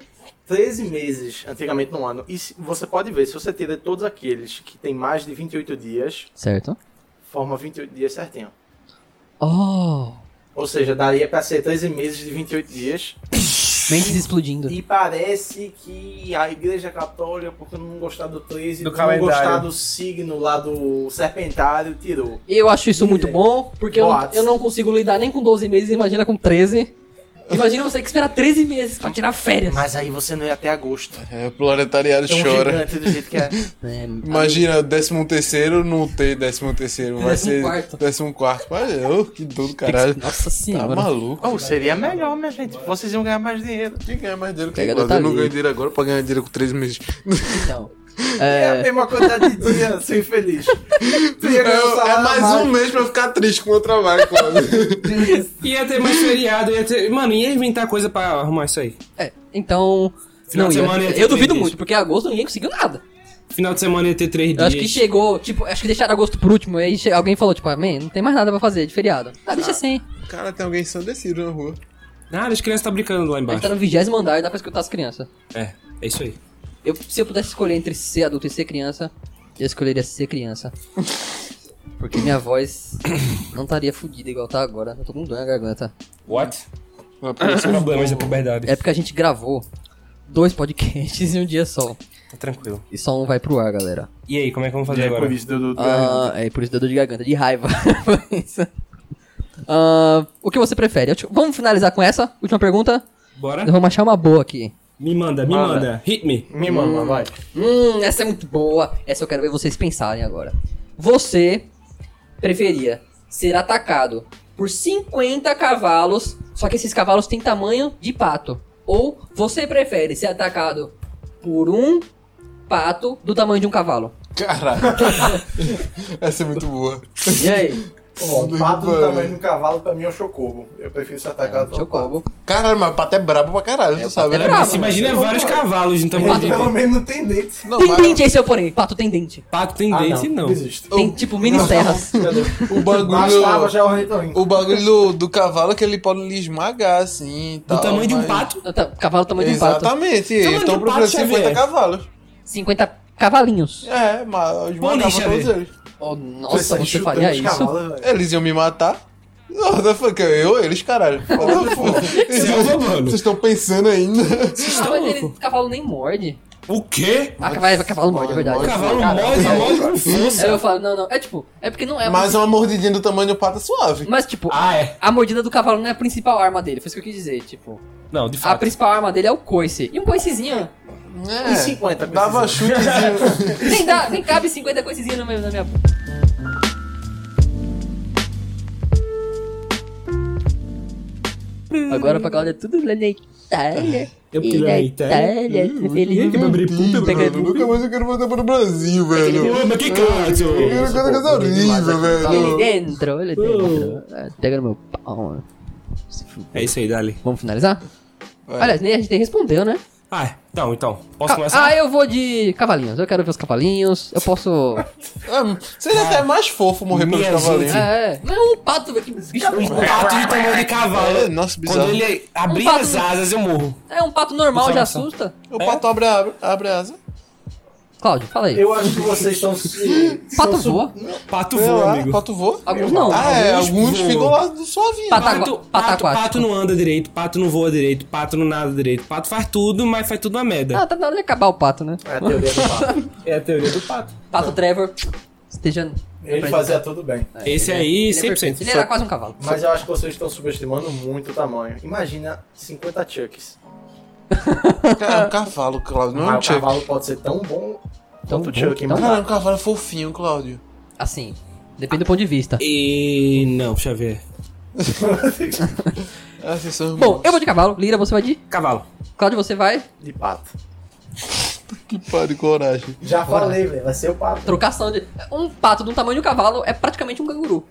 Speaker 3: 13 meses antigamente no ano. E se- você pode ver, se você tira todos aqueles que tem mais de 28 dias,
Speaker 2: Certo.
Speaker 3: forma 28 dias certinho.
Speaker 2: Oh,
Speaker 3: Ou seja, daria pra ser 13 meses de 28 dias.
Speaker 2: mentes explodindo.
Speaker 3: E parece que a igreja católica, por não gostar do 13,
Speaker 8: Do
Speaker 3: por não
Speaker 8: calendário.
Speaker 3: gostar do signo lá do serpentário, tirou.
Speaker 2: Eu acho isso muito
Speaker 3: Dizem.
Speaker 2: bom, porque eu,
Speaker 3: Boatos.
Speaker 2: eu não consigo lidar nem com 12 meses, imagina com 13. Imagina você ter que esperar 13 meses pra tirar férias.
Speaker 3: Mas aí você não ia até agosto.
Speaker 1: É, o proletariado
Speaker 3: É um
Speaker 1: chora.
Speaker 3: gigante do jeito que
Speaker 8: (laughs)
Speaker 3: é.
Speaker 2: É,
Speaker 1: Imagina, 13 terceiro não ter 13 terceiro, vai ser
Speaker 2: 14º.
Speaker 1: 14 quarto. Mas, ô, que duro, caralho.
Speaker 2: Nossa
Speaker 1: Tá
Speaker 2: senhora.
Speaker 1: maluco.
Speaker 3: Oh, seria melhor, minha gente. Vocês iam ganhar mais dinheiro.
Speaker 1: Tem que ganhar mais dinheiro que
Speaker 2: Pega
Speaker 1: agora. Eu não
Speaker 2: detalhe.
Speaker 1: ganho dinheiro agora pra ganhar dinheiro com 3 meses.
Speaker 2: então.
Speaker 3: É, a mesma quantidade de dia, (laughs) ser feliz. Tu ia ganhar um
Speaker 1: Eu- é
Speaker 3: salário
Speaker 1: mais
Speaker 3: a
Speaker 1: um mês pra eu ficar triste com o meu trabalho, quase.
Speaker 8: Ia ter mais feriado, ia ter. Mano, ia inventar coisa pra arrumar isso aí.
Speaker 2: É, então.
Speaker 8: Final
Speaker 2: não,
Speaker 8: de
Speaker 2: ia-
Speaker 8: semana ia ter
Speaker 2: eu duvido
Speaker 8: três.
Speaker 2: muito, porque agosto ninguém conseguiu nada.
Speaker 8: Final de semana ia ter três dias.
Speaker 2: Eu acho que chegou, tipo, acho que deixaram agosto por último, aí che- alguém falou, tipo, ah, man, não tem mais nada pra fazer de feriado. Ah, deixa sem.
Speaker 1: Cara, tem alguém em São Decido na rua.
Speaker 8: Nada, as crianças estão brincando lá
Speaker 2: A gente tá
Speaker 8: embaixo.
Speaker 2: no vigésimo andar, dá pra escutar as crianças.
Speaker 8: É, é isso aí.
Speaker 2: Eu, se eu pudesse escolher entre ser adulto e ser criança, eu escolheria ser criança. Porque minha voz (coughs) não estaria fodida igual tá agora. Eu tô com dor na garganta.
Speaker 8: What? Problemas da puberdade.
Speaker 2: É porque a gente gravou dois podcasts em um dia só.
Speaker 8: Tá tranquilo.
Speaker 2: E só um vai pro ar, galera.
Speaker 8: E aí, como é que vamos fazer
Speaker 9: E é
Speaker 8: agora?
Speaker 9: por isso do, do, do
Speaker 2: Ah, é por isso deu dor de garganta, de raiva. (laughs) Foi isso. Ah, o que você prefere? Eu te- Vamos finalizar com essa? Última pergunta?
Speaker 8: Bora?
Speaker 2: Nós vamos achar uma boa aqui.
Speaker 8: Me manda, me
Speaker 3: Manda.
Speaker 8: manda. Hit me.
Speaker 1: um.
Speaker 3: Me mama, vai.
Speaker 2: Hum, essa é muito boa. Essa eu quero ver vocês pensarem agora. Você preferia ser atacado por 50 cavalos, só que esses cavalos têm tamanho de pato. Ou você prefere ser atacado por um pato do tamanho de um cavalo?
Speaker 1: Caraca. (laughs) Essa é muito boa.
Speaker 2: E aí?
Speaker 9: Ó, o pato do
Speaker 1: Mano.
Speaker 9: tamanho de um cavalo pra mim é o chocobo. Eu prefiro ser atacado pelo pato.
Speaker 2: Chocobo.
Speaker 1: Caralho, mas o pato é brabo pra caralho, você sabe,
Speaker 2: pato é
Speaker 1: né?
Speaker 2: brabo.
Speaker 8: Você imagina vários cavalos, então.
Speaker 2: Pato
Speaker 3: Ah,
Speaker 8: gente.
Speaker 9: Pelo menos não tem dente.
Speaker 1: Não,
Speaker 2: Tem
Speaker 1: mas-
Speaker 2: dente esse é o porém. Pato tem dente.
Speaker 8: Pato tem
Speaker 3: Ah,
Speaker 8: dente, Ah, não.
Speaker 9: Desisto.
Speaker 2: Tem tipo mini serras.
Speaker 1: O bagulho.
Speaker 9: Bastava já é o ornitorrinco.
Speaker 1: O bagulho do, do cavalo é que ele pode lhe esmagar, assim. e
Speaker 8: Do
Speaker 1: tal,
Speaker 8: tamanho de um
Speaker 1: mas-
Speaker 8: pato.
Speaker 2: Tá, Cavalo do tamanho de um pato.
Speaker 1: Exatamente,
Speaker 8: Tamanho
Speaker 1: eles
Speaker 8: de
Speaker 1: estão
Speaker 8: um pato,
Speaker 1: procurando
Speaker 8: Xavier.
Speaker 1: 50 cavalos.
Speaker 2: 50 cavalinhos.
Speaker 1: É, mas os
Speaker 8: Pô,
Speaker 1: matavam
Speaker 8: deixa
Speaker 1: todos
Speaker 8: ver.
Speaker 1: eles.
Speaker 2: Oh, nossa, você faria isso?
Speaker 1: Eles iam me matar. What the fuck? Eu, eles, caralho. What the fuck?
Speaker 8: Você é o mano.
Speaker 1: Vocês estão pensando ainda?
Speaker 2: Ah,
Speaker 8: Estão
Speaker 2: mas
Speaker 8: louco.
Speaker 2: ele, cavalo nem morde.
Speaker 8: O quê?
Speaker 2: Ah, cavalo, cavalo morde, é verdade.
Speaker 8: O cavalo
Speaker 1: Caralho.
Speaker 8: morde, morde com
Speaker 2: Aí
Speaker 8: força.
Speaker 2: eu falo, não, não. É tipo, é porque não é.
Speaker 1: Mas uma mordidinha do tamanho do pato é suave.
Speaker 2: Mas, tipo,
Speaker 8: Ah, é.
Speaker 2: a mordida do cavalo não é a principal arma dele. Foi isso que eu quis dizer. Tipo,
Speaker 8: Não, de
Speaker 2: a
Speaker 8: fato.
Speaker 2: principal arma dele é o coice. E um coicezinho?
Speaker 1: É,
Speaker 3: 50
Speaker 1: dava chutezinho.
Speaker 2: Nem, dá, nem cabe 50 coicezinhas na minha, na minha boca. Agora pra Cláudia é tudo lá na Itália.
Speaker 8: Eu
Speaker 2: E
Speaker 8: pulei
Speaker 2: na
Speaker 8: a Itália.
Speaker 2: Itália, tudo feliz.
Speaker 1: Ih, mano, Nunca mais eu quero voltar pro Brasil, velho.
Speaker 8: Ô, mas que caso?
Speaker 1: Eu quero quero coisa horrível,
Speaker 2: E
Speaker 1: velho.
Speaker 2: ele dentro, olha dentro. Ah, Pega no meu pau. Se fu-
Speaker 8: É isso aí, Dali.
Speaker 2: Vamos finalizar? Aliás, nem a gente nem respondeu, né?
Speaker 8: Ah, então, então. Posso
Speaker 2: Ah,
Speaker 8: começar?
Speaker 2: ah, eu vou de cavalinhos. Eu quero ver os cavalinhos. Eu posso.
Speaker 1: É, Seria até mais fofo morrer pelos
Speaker 8: Minha
Speaker 1: cavalinhos.
Speaker 8: gente.
Speaker 2: é, é. Não, um pato, velho. Que
Speaker 8: (laughs)
Speaker 2: bicho.
Speaker 8: Um pato de tamanho de cavalo.
Speaker 1: É, nossa, bizarro.
Speaker 8: Quando ele abrir
Speaker 2: Um pato-
Speaker 8: as asas, eu morro.
Speaker 2: É um pato normal, já
Speaker 8: Observação.
Speaker 2: assusta.
Speaker 1: O pato abre, a- abre a asa.
Speaker 2: Cláudio, fala aí.
Speaker 9: Eu acho que vocês estão se.
Speaker 2: Pato voa.
Speaker 8: Pato
Speaker 1: Sei
Speaker 8: voa,
Speaker 1: lá,
Speaker 8: amigo.
Speaker 1: ah, pato voa.
Speaker 2: Alguns não.
Speaker 1: Ah, é,
Speaker 8: alguns
Speaker 1: alguns
Speaker 8: voam.
Speaker 1: ficam lá do suavinho. Ah,
Speaker 2: Pato-
Speaker 8: Pato,
Speaker 2: Pato
Speaker 8: pato,
Speaker 2: aquático.
Speaker 8: pato não anda direito, pato não voa direito, pato não nada direito, pato faz tudo, mas faz tudo uma merda.
Speaker 2: Ah, tá na hora de acabar o pato, né?
Speaker 3: É a teoria do pato.
Speaker 2: Ah.
Speaker 8: É a teoria do pato.
Speaker 2: Pato Trevor. Esteja.
Speaker 9: (laughs) Ele fazia tudo bem.
Speaker 8: Esse aí,
Speaker 2: Ele, é
Speaker 8: 100%.
Speaker 2: perfeito. ele era quase um cavalo.
Speaker 3: Mas eu acho que vocês estão subestimando muito o tamanho. Imagina 50 Chucks.
Speaker 1: Cara, é um cavalo, Cláudio. Não é
Speaker 9: Ah,
Speaker 3: Mas
Speaker 1: um
Speaker 3: o
Speaker 1: Chuck.
Speaker 3: cavalo pode ser tão bom
Speaker 2: Tão
Speaker 3: quanto o
Speaker 2: bom,
Speaker 3: Chuck,
Speaker 2: tão
Speaker 3: mas
Speaker 1: Cara, é um cavalo fofinho, Cláudio.
Speaker 2: Assim. Depende do ponto de vista.
Speaker 8: E não, deixa eu ver.
Speaker 1: Ah, vocês são irmãos.
Speaker 2: Bom, eu vou de cavalo. Lira, você vai de.
Speaker 8: Cavalo.
Speaker 2: Cláudio, você vai.
Speaker 3: de pato.
Speaker 1: Que pariu, coragem.
Speaker 9: Já falei, velho. Vai ser o pato.
Speaker 2: Trocação de. Um pato do tamanho de um cavalo é praticamente um canguru.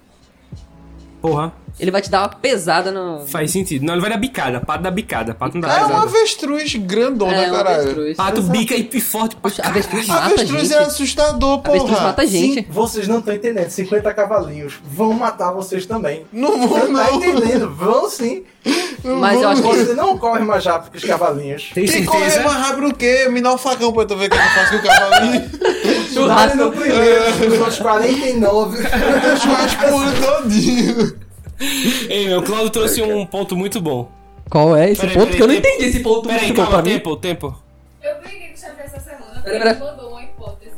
Speaker 8: Porra,
Speaker 2: Ele vai te dar uma pesada no.
Speaker 8: faz sentido. Não, ele vai dar bicada, pato dá bicada, pato não dá
Speaker 1: É um
Speaker 8: pesada.
Speaker 1: avestruz grandona,
Speaker 2: É, um
Speaker 1: caralho.
Speaker 2: avestruz.
Speaker 8: Pato bica e e forte.
Speaker 2: Poxa, avestruz mata
Speaker 1: Avestruz
Speaker 2: gente.
Speaker 1: é assustador,
Speaker 2: Avestruz
Speaker 1: porra.
Speaker 2: mata gente.
Speaker 9: Sim, vocês não estão entendendo. 50 cavalinhos vão matar vocês também.
Speaker 1: Não vou,
Speaker 9: Você não tá
Speaker 1: não.
Speaker 9: entendendo? Vão sim.
Speaker 2: Mas eu acho
Speaker 1: (laughs)
Speaker 2: que.
Speaker 9: Você não corre mais rápido que os cavalinhos.
Speaker 8: Tem
Speaker 1: Quem corre
Speaker 8: certeza?
Speaker 1: mais rápido o quê? Me dá um facão pra tu ver o que eu faço com o cavalinho. (laughs)
Speaker 9: Vale no
Speaker 2: É.
Speaker 9: primeiro, os outros 49.
Speaker 1: Os mais puros um todinho.
Speaker 8: Ei, meu, o Claudio trouxe um ponto muito bom.
Speaker 2: Qual é esse
Speaker 8: Peraí,
Speaker 2: ponto?
Speaker 8: peraí,
Speaker 2: que eu não
Speaker 8: tempo.
Speaker 2: entendi esse ponto
Speaker 8: Peraí,
Speaker 2: muito bom
Speaker 8: calma,
Speaker 2: pra mim.
Speaker 8: tempo, tempo.
Speaker 4: Eu briguei com o chefe essa semana porque
Speaker 2: Pera,
Speaker 4: ele
Speaker 2: pera.
Speaker 4: mandou uma hipótese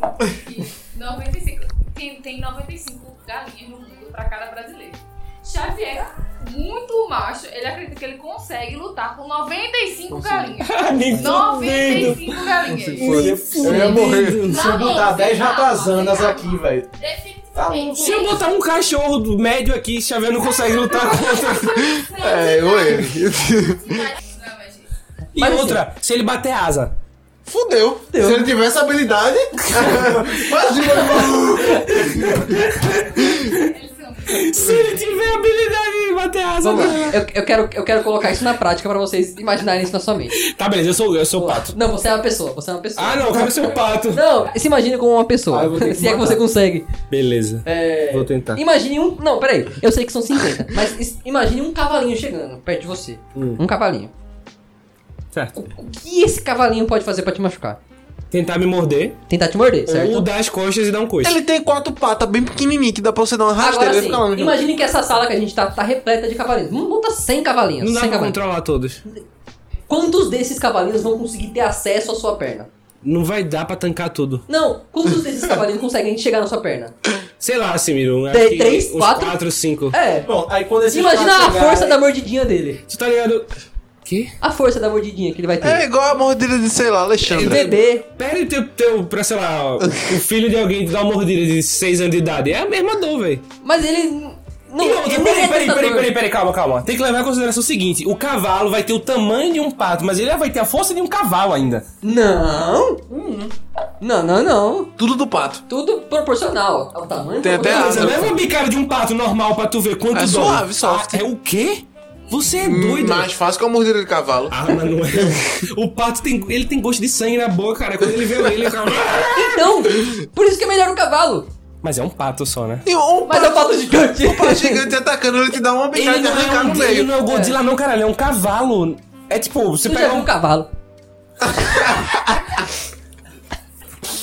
Speaker 4: que 95, tem, tem 95 galinhas no mundo pra cada brasileiro. Xavier, muito macho, ele acredita que ele consegue lutar com 95 galinhas.
Speaker 8: (laughs)
Speaker 4: 95 galinhas.
Speaker 9: Eu ia morrer. Se eu
Speaker 4: Não,
Speaker 9: botar
Speaker 3: tá
Speaker 4: não,
Speaker 9: 10
Speaker 4: não,
Speaker 9: ratazanas
Speaker 4: não.
Speaker 9: aqui, velho.
Speaker 4: Definitivamente.
Speaker 8: Se eu botar um cachorro do médio aqui, Xavier não consegue lutar contra.
Speaker 1: É, eu errei.
Speaker 4: Não, mas gente,
Speaker 8: E
Speaker 2: Mas assim-
Speaker 8: outra, se ele bater asa.
Speaker 1: Fudeu. Se ele tivesse habilidade. (laughs) Imagina.
Speaker 4: eles são-
Speaker 8: Se ele tiver habilidade de bater asa.
Speaker 2: Vamos lá. Eu, eu quero, eu quero colocar isso na prática pra vocês imaginarem isso na sua mente.
Speaker 8: Tá, beleza, eu sou, eu sou o pato.
Speaker 2: Não, você é uma pessoa, você é uma pessoa.
Speaker 8: Ah, não, eu quero ser o pato.
Speaker 2: Não, se imagine como uma pessoa.
Speaker 8: Ah, eu vou ter
Speaker 2: (laughs)
Speaker 8: que
Speaker 2: se é que
Speaker 8: matar.
Speaker 2: você consegue.
Speaker 8: Beleza,
Speaker 2: É,
Speaker 8: vou tentar.
Speaker 2: Imagine um. Não, peraí. Eu sei que são 50, mas is- imagine um cavalinho chegando perto de você.
Speaker 8: Hum.
Speaker 2: Um cavalinho.
Speaker 8: Certo.
Speaker 2: O que esse cavalinho pode fazer pra te machucar?
Speaker 8: Tentar me morder,
Speaker 2: Tentar te
Speaker 8: É,
Speaker 2: morder, certo?
Speaker 8: ou dar as costas e dar um coice.
Speaker 1: Ele tem quatro patas bem pequenininho que dá pra você dar uma rasteira
Speaker 2: Agora
Speaker 1: e
Speaker 2: sim,
Speaker 1: ficar lá no chão.
Speaker 2: imagine que essa sala que a gente tá, tá repleta de cavalinhos. Vamos botar 100 cavalinhos.
Speaker 8: Não dá
Speaker 2: 100
Speaker 8: pra
Speaker 2: cavalinhos.
Speaker 8: controlar todos.
Speaker 2: Quantos desses cavalinhos vão conseguir ter acesso à sua perna?
Speaker 8: Não vai dar pra tancar tudo.
Speaker 2: Não, quantos deles trabalhando conseguem chegar na sua perna?
Speaker 8: Sei lá, Simiro.
Speaker 2: Tem três,
Speaker 8: uns
Speaker 2: quatro?
Speaker 8: 4, 5.
Speaker 2: É.
Speaker 3: Bom, aí quando esses
Speaker 2: Imagina
Speaker 3: caras
Speaker 2: a
Speaker 3: chegarem-
Speaker 2: força da mordidinha dele.
Speaker 8: Tu tá ligado? Que?
Speaker 2: A força da mordidinha que ele vai
Speaker 1: É
Speaker 2: ter.
Speaker 1: igual a mordida de, sei lá,
Speaker 2: O
Speaker 1: Alexandre.
Speaker 2: bebê.
Speaker 8: Perde teu, teu, pra sei lá, o filho de alguém te dar uma mordida de 6 anos de idade. É a mesma dor, velho.
Speaker 2: Mas ele. Não,
Speaker 8: E outra,
Speaker 2: ele nem é
Speaker 8: peraí, peraí, peraí,
Speaker 2: tentador.
Speaker 8: peraí, peraí, calma, calma. Tem que levar em consideração o seguinte: o cavalo vai ter o tamanho de um pato, mas ele vai ter a força de um cavalo ainda.
Speaker 2: Não. Hum. Não, não, não.
Speaker 1: Tudo do pato.
Speaker 2: Tudo proporcional ao tamanho.
Speaker 1: Tem até
Speaker 2: proporcional.
Speaker 8: Beleza, leva uma bicada de um pato normal pra tu ver quanto
Speaker 1: É
Speaker 8: dói.
Speaker 1: suave, soft.
Speaker 8: Ah, é o quê? Você é doido?
Speaker 1: Mais fácil que a mordida de cavalo.
Speaker 8: Ah, mas não é. O pato tem, ele tem gosto de sangue na boca, cara. Quando ele vê ele, o cara.
Speaker 2: Então, por isso que é melhor um cavalo.
Speaker 8: Mas é um pato só, né?
Speaker 1: E um
Speaker 2: Mas é um pato gigante.
Speaker 1: (laughs) pato gigante te atacando, ele te dá uma
Speaker 8: Ele
Speaker 1: bicada e te
Speaker 8: não, é
Speaker 1: arrancar no
Speaker 8: um, ele
Speaker 1: meio.
Speaker 8: não é o Godzilla, não, cara. Ele é um cavalo. É tipo, você
Speaker 2: Tu
Speaker 8: pega
Speaker 2: já viu
Speaker 8: um.
Speaker 2: um cavalo?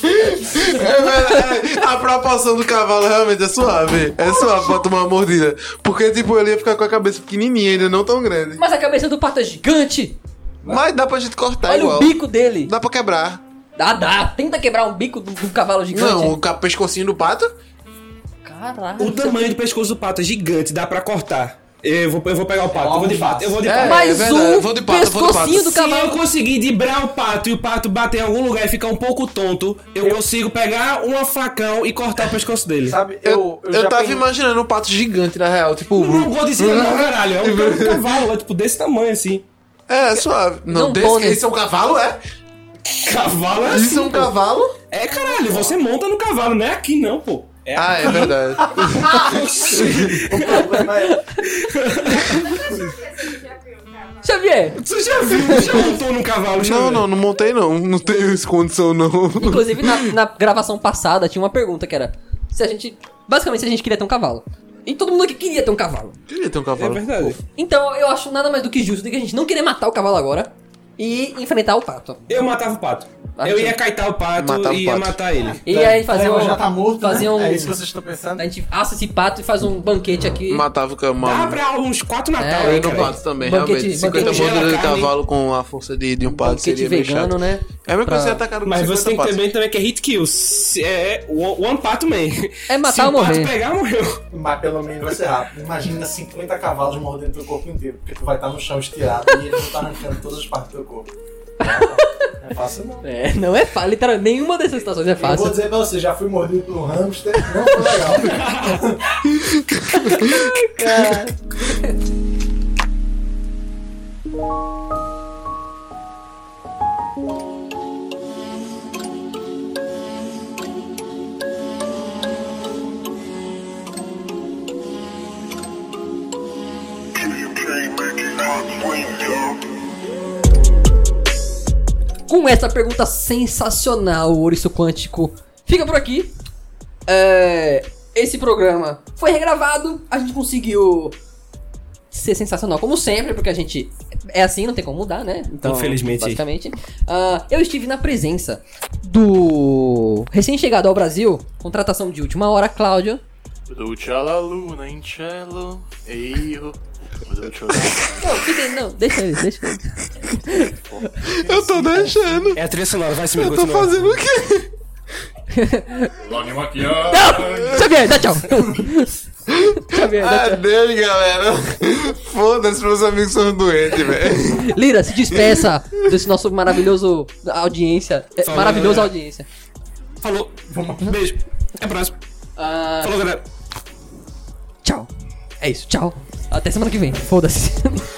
Speaker 1: É verdade. A proporção do cavalo realmente é suave. É suave pra tomar uma mordida. Porque, tipo, ele ia ficar com a cabeça pequenininha, ainda não tão grande.
Speaker 2: Mas a cabeça do pato é gigante.
Speaker 1: Mas dá pra gente cortar
Speaker 2: Olha
Speaker 1: Tá igual.
Speaker 2: o bico dele.
Speaker 1: Dá pra quebrar.
Speaker 2: Dá, dá. Tenta quebrar um bico do, do cavalo gigante.
Speaker 1: Não, o ca- pescocinho do pato.
Speaker 2: Caralho.
Speaker 8: O tamanho do pescoço do pato é gigante, dá pra cortar. Eu vou, eu vou pegar o pato, eu vou de pato, eu vou de pato.
Speaker 2: Mais
Speaker 1: É, verdade.
Speaker 2: um
Speaker 1: Eu vou de pato, eu vou de
Speaker 2: pescocinho do
Speaker 8: Se eu
Speaker 2: cavalo.
Speaker 8: conseguir dibrar o pato e o pato bater em algum lugar e ficar um pouco tonto, eu, consigo pegar um facão e cortar o pescoço dele.
Speaker 3: Sabe,
Speaker 1: Eu,
Speaker 3: eu,
Speaker 1: eu,
Speaker 3: eu, já
Speaker 1: tava
Speaker 3: peguei-
Speaker 1: imaginando um pato gigante, na real. Tipo,
Speaker 8: Não é um
Speaker 1: (laughs)
Speaker 8: Godzilla não, caralho. É um cara de cavalo, é tipo desse tamanho assim.
Speaker 1: é suave. Não,
Speaker 2: Não,
Speaker 1: desse,
Speaker 2: pônei.
Speaker 1: esse é um cavalo, é?
Speaker 8: Cavalo é
Speaker 1: Isso
Speaker 8: assim,
Speaker 1: é um
Speaker 8: pô.
Speaker 1: cavalo?
Speaker 8: É, caralho, você monta no cavalo, não é aqui não, pô. É
Speaker 1: Ah, é (laughs) verdade.
Speaker 3: O problema é-
Speaker 2: Xavier,
Speaker 8: Você
Speaker 1: (laughs)
Speaker 8: já viu? Você já montou num cavalo? já
Speaker 1: não,
Speaker 8: viu?
Speaker 1: não, não montei não. Não tenho isso condição, não.
Speaker 2: Inclusive, na, na gravação passada tinha uma pergunta que era: se a gente. Basicamente, se a gente queria ter um cavalo. E todo mundo aqui queria ter um cavalo.
Speaker 1: Queria ter um
Speaker 8: É
Speaker 1: cavalo.
Speaker 8: verdade.
Speaker 2: Então, eu acho nada mais do que justo do que a gente não querer matar o cavalo agora e enfrentar o pato.
Speaker 8: Eu matava o pato.
Speaker 2: Ah,
Speaker 8: Eu
Speaker 2: sim.
Speaker 8: ia caitar o pato
Speaker 1: Matava o
Speaker 8: e ia
Speaker 1: pato.
Speaker 8: matar ele.
Speaker 2: (laughs) E aí, fazer
Speaker 3: Leon
Speaker 2: um.
Speaker 3: já tá morto,
Speaker 2: fazer
Speaker 3: né?
Speaker 2: um-
Speaker 3: É isso que vocês estão pensando?
Speaker 2: A gente assa esse pato e faz um banquete aqui.
Speaker 1: Matava o cavalo.
Speaker 8: Dá pra uns quatro Natal
Speaker 2: É,
Speaker 8: aí,
Speaker 1: E no
Speaker 8: cara.
Speaker 1: pato também,
Speaker 2: Banquete-
Speaker 1: realmente. 50
Speaker 2: banquete-
Speaker 1: mordidas de
Speaker 8: Gela, carne.
Speaker 1: cavalo com a força de, de um pato
Speaker 2: banquete
Speaker 1: seria meio
Speaker 2: vegano,
Speaker 1: chato.
Speaker 2: né?
Speaker 1: É a mesma coisa
Speaker 2: Pra-
Speaker 1: que você atacar com
Speaker 8: Mas
Speaker 1: 50
Speaker 8: você tem que
Speaker 1: patos.
Speaker 8: também, também que é hit kill. Se- É one, one pato man.
Speaker 2: É matar
Speaker 8: Se
Speaker 2: ou
Speaker 8: o pato
Speaker 2: morrer.
Speaker 8: pegar, morreu.
Speaker 3: Mas pelo menos vai ser rápido. Imagina 50 cavalos mordendo teu corpo inteiro, porque tu vai estar no chão estirado e eles vão estar arrancando todas as partes do teu corpo. Não é fácil não.
Speaker 2: É, não é fácil. literal- Nenhuma dessas situações é
Speaker 3: Eu vou
Speaker 2: fácil.
Speaker 3: dizer pra você, já fui mordido por um hamster, não foi legal.
Speaker 2: Com essa pergunta sensacional, o Ouriço Quântico fica por aqui. É, esse programa foi regravado, a gente conseguiu ser sensacional, como sempre, porque a gente é assim, não tem como mudar, né? Então,
Speaker 8: Infelizmente.
Speaker 2: Basicamente. Ah, eu estive na presença do recém-chegado ao Brasil, contratação de última hora, Cláudio.
Speaker 10: Luce alla luna in cielo e io lucio alla
Speaker 2: Não, fica- não, deixa ele, deixa ele.
Speaker 1: Eu tô deixando.
Speaker 8: É a trilha sonora, vai se me
Speaker 1: Eu tô fazendo o quê?
Speaker 8: (laughs)
Speaker 10: L'anima chiara
Speaker 2: Não! Xavier, dá tchau. (laughs) Xavier, dá tchau.
Speaker 1: Adeus, É galera. Foda-se, meus amigos são doentes, velho.
Speaker 2: Lira, se despeça desse nosso maravilhoso audiência. É,
Speaker 8: Falou,
Speaker 2: maravilhosa
Speaker 8: galera.
Speaker 2: audiência.
Speaker 8: Falou. Beijo. Até a próxima.
Speaker 2: Ah,
Speaker 8: Falou, galera.
Speaker 2: tchau. É isso, tchau. Até semana que vem. Foda-se.